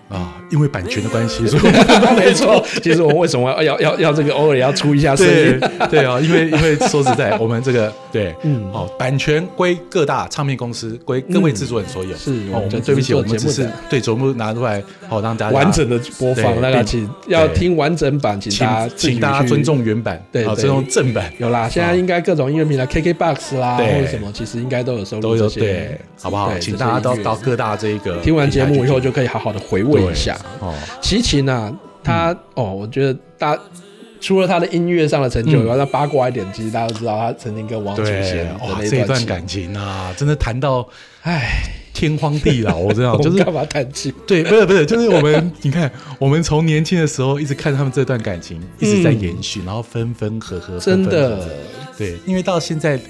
S2: 啊，因为版权的 关系，所以我 们
S1: 没错。其实我们为什么要要要要这个偶尔也要出一下声
S2: 对
S1: 音？
S2: 对啊，因为因为说实在，我们这个对，
S1: 嗯
S2: 哦，版权归各大唱片公司归各位制作人所有，
S1: 嗯是我
S2: 哦，
S1: 们
S2: 我
S1: 就
S2: 们对不起，
S1: 只是做
S2: 我们只
S1: 节目
S2: 是
S1: 的
S2: 对节目拿出来，好让大家
S1: 完整的播放，
S2: 对
S1: 大家
S2: 并
S1: 请要
S2: 对
S1: 听完整版，请
S2: 请
S1: 大家自己
S2: 请大家
S1: 去
S2: 尊重原版，
S1: 对
S2: 啊
S1: 对
S2: 尊重正版
S1: 有啦，现在应该各种音乐平台，KKBox 啦，或
S2: 对
S1: 者什么，其实应该都有收
S2: 都
S1: 录这
S2: 有
S1: 些，
S2: 对，好不好？
S1: 对
S2: 请大家
S1: 这
S2: 到
S1: 些音乐
S2: 到各大这个
S1: 听完节目以后
S2: 平台去
S1: 就可以好好的回味一下。
S2: 听哦，
S1: 齐秦啊，他、
S2: 嗯
S1: 哦，我觉得大除了他的音乐上的成就以外，那、八卦一点，其实大家都知道他曾经跟王祖贤
S2: 嗯
S1: 的
S2: 对哇，
S1: 那
S2: 这一
S1: 段
S2: 段
S1: 情，
S2: 感情啊，真的谈到
S1: 哎，
S2: 天荒地 老，我知道，
S1: 我
S2: 哦就
S1: 们
S2: 是
S1: 干嘛叹气？
S2: 对，不是不是，就是我们， 你看，我们从年轻的时候一直看他们这段感情一直在延续，然后分分合合，分
S1: 嗯真
S2: 分合合
S1: 的，
S2: 对，因为到现在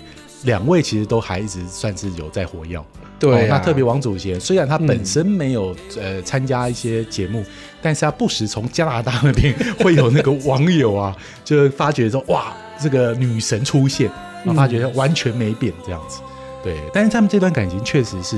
S2: 两位其实都还一直算是有在活跃。
S1: 对、
S2: 哦
S1: 啊嗯
S2: 那特别王祖贤，虽然他本身没有、呃参加一些节目，但是他不时从加拿大那边 会有那个网友啊，就发觉说哇，这个女神出
S1: 嗯
S2: 啊现，然后发觉完全没变这样子。对，但是他们这段感情确实是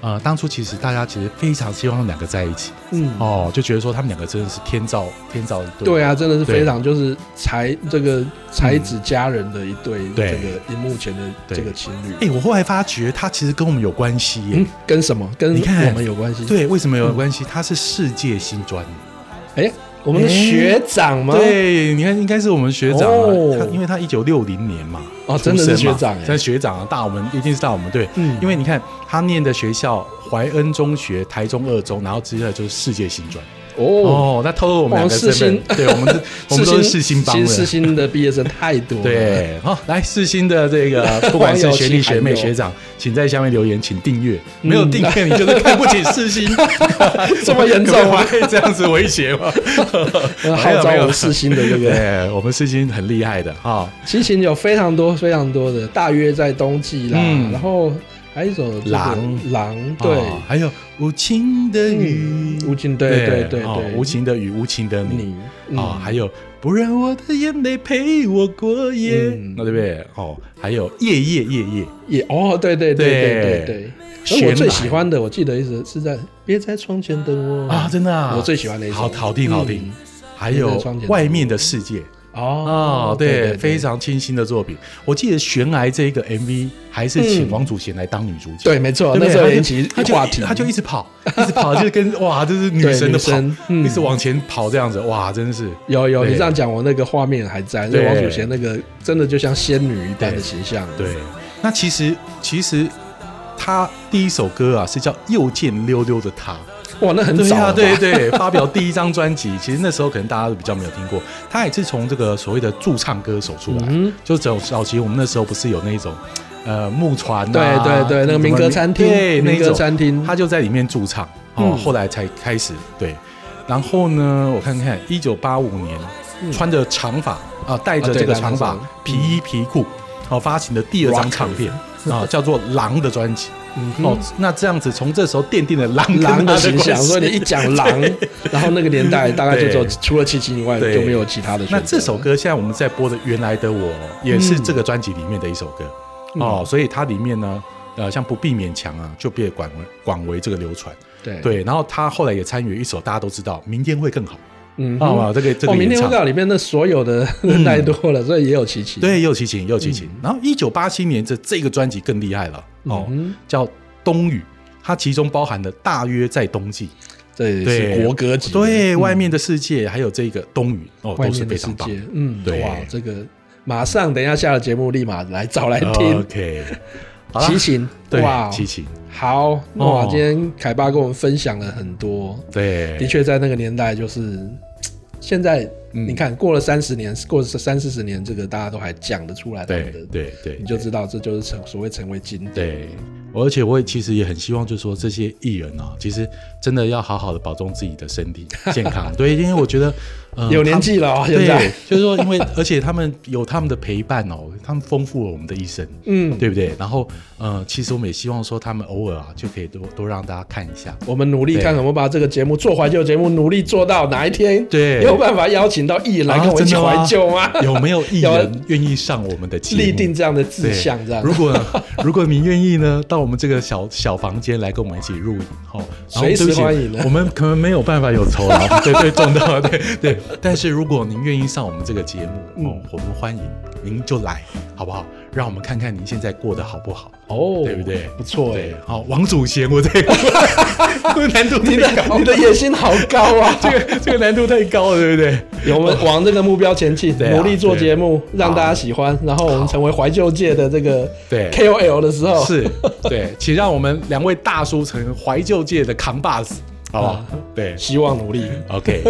S2: 呃，当初其实大家其实非常希望他们两个在一起，
S1: 嗯，
S2: 哦，就觉得说他们两个真的是天造天造一对。
S1: 对啊，真的是
S2: 对嗯
S1: 非常就是才这个才子佳人的一对
S2: 对
S1: 这个荧幕前的这个情侣，
S2: 哎，我后来发觉他其实跟我们有关系耶。
S1: 嗯，跟什么？跟
S2: 你看
S1: 我们有关系？，
S2: 对，为什么
S1: 嗯
S2: 有关系？他是世界新专。
S1: 哎，我们的
S2: 哎
S1: 学长吗？，
S2: 对，你看，应该是我们学长啊，
S1: 哦
S2: 他因为他一九六零年嘛，
S1: 哦
S2: 出生
S1: 真的是
S2: 嘛
S1: 学长哎
S2: 真的学长啊，大我们一定是大我们对，
S1: 嗯
S2: 因为你看他念的学校怀恩中学、台中二中，然后接下来就是世界新专
S1: 哦，
S2: 哦，那透露我们
S1: 哦
S2: 两个身份，对，我们是我们都是世新帮
S1: 其
S2: 的
S1: 实，世新的毕业生太多了，
S2: 对， 好，来世新的这 个，不管是学弟学妹学长，请在下面留言，请订阅。没有订阅，你就是看不起世新，
S1: 嗯 这么严重吗
S2: 可不可以这样子威胁 吗？
S1: 呃，号召我们世新的这个。
S2: 对，我们世新很厉害的哈，
S1: 骑行有非常多非常多的，大约在冬季啦，
S2: 嗯
S1: 然后还有一首这个
S2: 狼
S1: 狼，对，
S2: 哦还有无情的雨，
S1: 嗯无情对对对
S2: 哦
S1: 对
S2: 无情的雨，无情的你
S1: 你，嗯
S2: 哦，还有不让我的眼泪陪我过夜
S1: 嗯，
S2: 那对不对？哦，还有夜夜夜夜，
S1: 也哦，对对对
S2: 对
S1: 对对对。
S2: 玄
S1: 而
S2: 白
S1: 我最喜欢的，我记得一直是在别在窗前等我
S2: 啊，真的啊，
S1: 我最喜欢的一首，
S2: 好好听好听
S1: 嗯。
S2: 还有
S1: 在窗前
S2: 外面的世界
S1: 哦
S2: 哦，对，非常清新的作品。我记得《悬崖》这一个 MV 还是请王祖贤来当女主角，
S1: 嗯对，没错，
S2: 对不
S1: 那
S2: 对
S1: 时候引起
S2: 他就
S1: 话
S2: 他
S1: 题，
S2: 就他就一直跑，一直跑，就是跟 哇，就是女神
S1: 对女
S2: 的跑
S1: 神，嗯
S2: 一直往前跑这样子，哇，真的是
S1: 有有，
S2: 对
S1: 你这样讲，我那个画面还在，
S2: 对
S1: 那王祖贤那个真的就像仙女一般的形象，
S2: 对。那其实其实他第一首歌啊是叫《又见溜溜的她》。
S1: 哇，那很
S2: 对
S1: 早啊了吧，
S2: 对对，发表第一张专辑， 其实那时候可能大家都比较没有听过。他也是从这个所谓的驻唱歌手出来，
S1: 嗯
S2: 就早早期我们那时候不是有那种呃木船、啊，
S1: 对对对，那个民歌餐厅，
S2: 对那
S1: 民歌
S2: 种，
S1: 餐厅，
S2: 他就在里面驻唱哦，
S1: 嗯
S2: 后来才开始对。然后呢，我看看，一九八五年，
S1: 嗯
S2: 穿着长发啊、带着
S1: 啊对
S2: 这个
S1: 戴着
S2: 长发
S1: 长发
S2: 皮衣皮裤，哦，发行的第二张 唱片啊、叫做《狼》的专辑。
S1: 嗯哼
S2: 哦，那这样子从这时候奠定了狼跟
S1: 狼
S2: 他
S1: 的形象，
S2: 关系
S1: 所以你一讲 狼，然后那个年代大概就只有
S2: 对
S1: 除了七七以外
S2: 对
S1: 就没有其他的选择
S2: 那
S1: 了。
S2: 这首歌现在我们在播的《原来的我》也是这个专辑里面的一首歌、
S1: 嗯
S2: 哦，所以它里面呢，呃，像不必勉强啊，就被广为广为这个流传。
S1: 对，
S2: 对，然后他后来也参与一首大家都知道《明天会更好》
S1: 嗯
S2: 啊、
S1: 哼，
S2: 这个这
S1: 哦，
S2: 个
S1: 明
S2: 演
S1: 天
S2: 唱
S1: 会。告里面的所有的 太多了，所以也有琪琪。，
S2: 对，又齐秦，又齐秦。然后一九八七年这这个专辑更厉害了哦，
S1: 嗯
S2: 叫《冬雨》，它其中包含了《大约在冬季》
S1: 这也是国歌级，
S2: 对外面的世界，还有这个《冬雨》哦，
S1: 外
S2: 都是
S1: 面
S2: 非
S1: 的世
S2: 常棒。
S1: 界，嗯，
S2: 对
S1: 哇，这个马上等一下下了节目，立马来找来听
S2: OK，好啦
S1: 齐秦，
S2: 对
S1: 哇，
S2: 齐秦，
S1: 好，
S2: 哦
S1: 哇，今天凯爸跟我们分享了很多，
S2: 对，
S1: 的确在那个年代就是。现在
S2: 嗯
S1: 你看，过了三十年，过了三四十年，这个大家都还讲得出来他们
S2: 对
S1: 的
S2: 对对
S1: 你就知道这就是成所谓成为经典。
S2: 对，我而且我也其实也很希望，就是说这些艺人啊，其实真的要好好的保重自己的身 体健康。对，因为我觉得，呃
S1: 有年纪了哦
S2: 他们
S1: 现在
S2: 对，就是说，因为而且他们有他们的陪伴哦，他们丰富了我们的一生，
S1: 嗯，
S2: 对不对？然后，呃，其实我们也希望说，他们偶尔啊，就可以多多让大家看一下。
S1: 我们努力
S2: 对
S1: 看看，我们把这个节目做怀旧节目，努力做到哪一天，
S2: 对
S1: 有办法邀请到艺人来跟我一起怀旧吗
S2: 啊？真的有没有艺
S1: 要不
S2: 人
S1: 然
S2: 愿意上我们的节目？
S1: 立定这样的志
S2: 对
S1: 向，这样
S2: 如果 如果您愿意呢，到我们这个小小房间来跟我们一起入营哦，然后
S1: 随时
S2: 对不起
S1: 欢迎啊
S2: 我们可能没有办法有酬 劳，对对，中到对对。但是如果您愿意上我们这个节目
S1: 嗯
S2: 哦，我们欢迎您就来，好不好？让我们看看您现在过得好不好，
S1: 哦，
S2: 对不对？
S1: 不错哎
S2: 对，，好，王祖贤，我这个 难度
S1: 你
S2: 太高
S1: 的你的
S2: 了，
S1: 野心好高啊！
S2: 这个这个难度太高了，对不 对？
S1: 有我们往这个目标前进，
S2: 对啊
S1: 努力做节目，让大家喜欢，然后我们成为怀旧界的这个
S2: 对
S1: KOL 的时候，
S2: 是，对，请让我们两位大叔成为怀旧界的扛把子，好不
S1: 啊
S2: 好？对
S1: 希望努力。
S2: ，OK，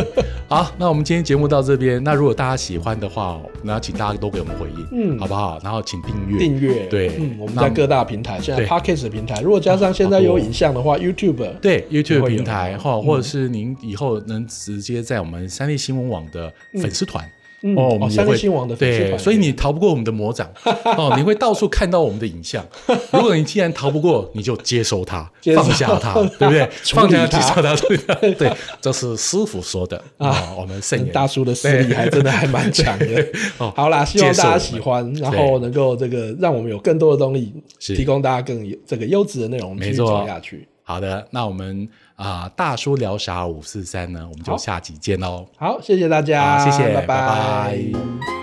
S2: 好， 那我们今天节目到这边。那如果大家喜欢的话，那请大家多给我们回应，
S1: 嗯
S2: 好不好？然后请订阅，
S1: 订阅，
S2: 对
S1: 嗯，我们
S2: 那
S1: 在各大平台，现在
S2: 对哦
S1: Podcast 的平台，如果加上现在有影像的话，YouTube，
S2: 对 YouTube
S1: 会有嗯
S2: 平台哈，或者是您以后能直接在我们三立新闻网的粉丝团。
S1: 嗯
S2: 哦，
S1: 哦
S2: 我们也
S1: 三立
S2: 会
S1: 新闻网的粉丝
S2: 对
S1: 团
S2: 所以你逃不过我们的 魔掌哦，你会到处看到我们的影像。如果你既然逃不过，你就接收它，
S1: 接受
S2: 放下 它，
S1: 它
S2: 对不对？
S1: 处
S2: 放
S1: 理
S2: 下
S1: 它
S2: 接受它，对它对， 这是师傅说的啊、哦我们圣言
S1: 大叔的视力还真的还蛮强的
S2: 哦。
S1: 好啦，希望大家喜
S2: 接受
S1: 欢，然后能够这个让我们有更多的动力，
S2: 是
S1: 提供大家更有这个优质的内容
S2: 没
S1: 继续
S2: 错
S1: 走下去。
S2: 好的，那我们啊、大叔聊啥五四三呢？我们就
S1: 好
S2: 下集见喽。
S1: 好，谢谢大家，
S2: 好谢谢
S1: 拜
S2: 拜拜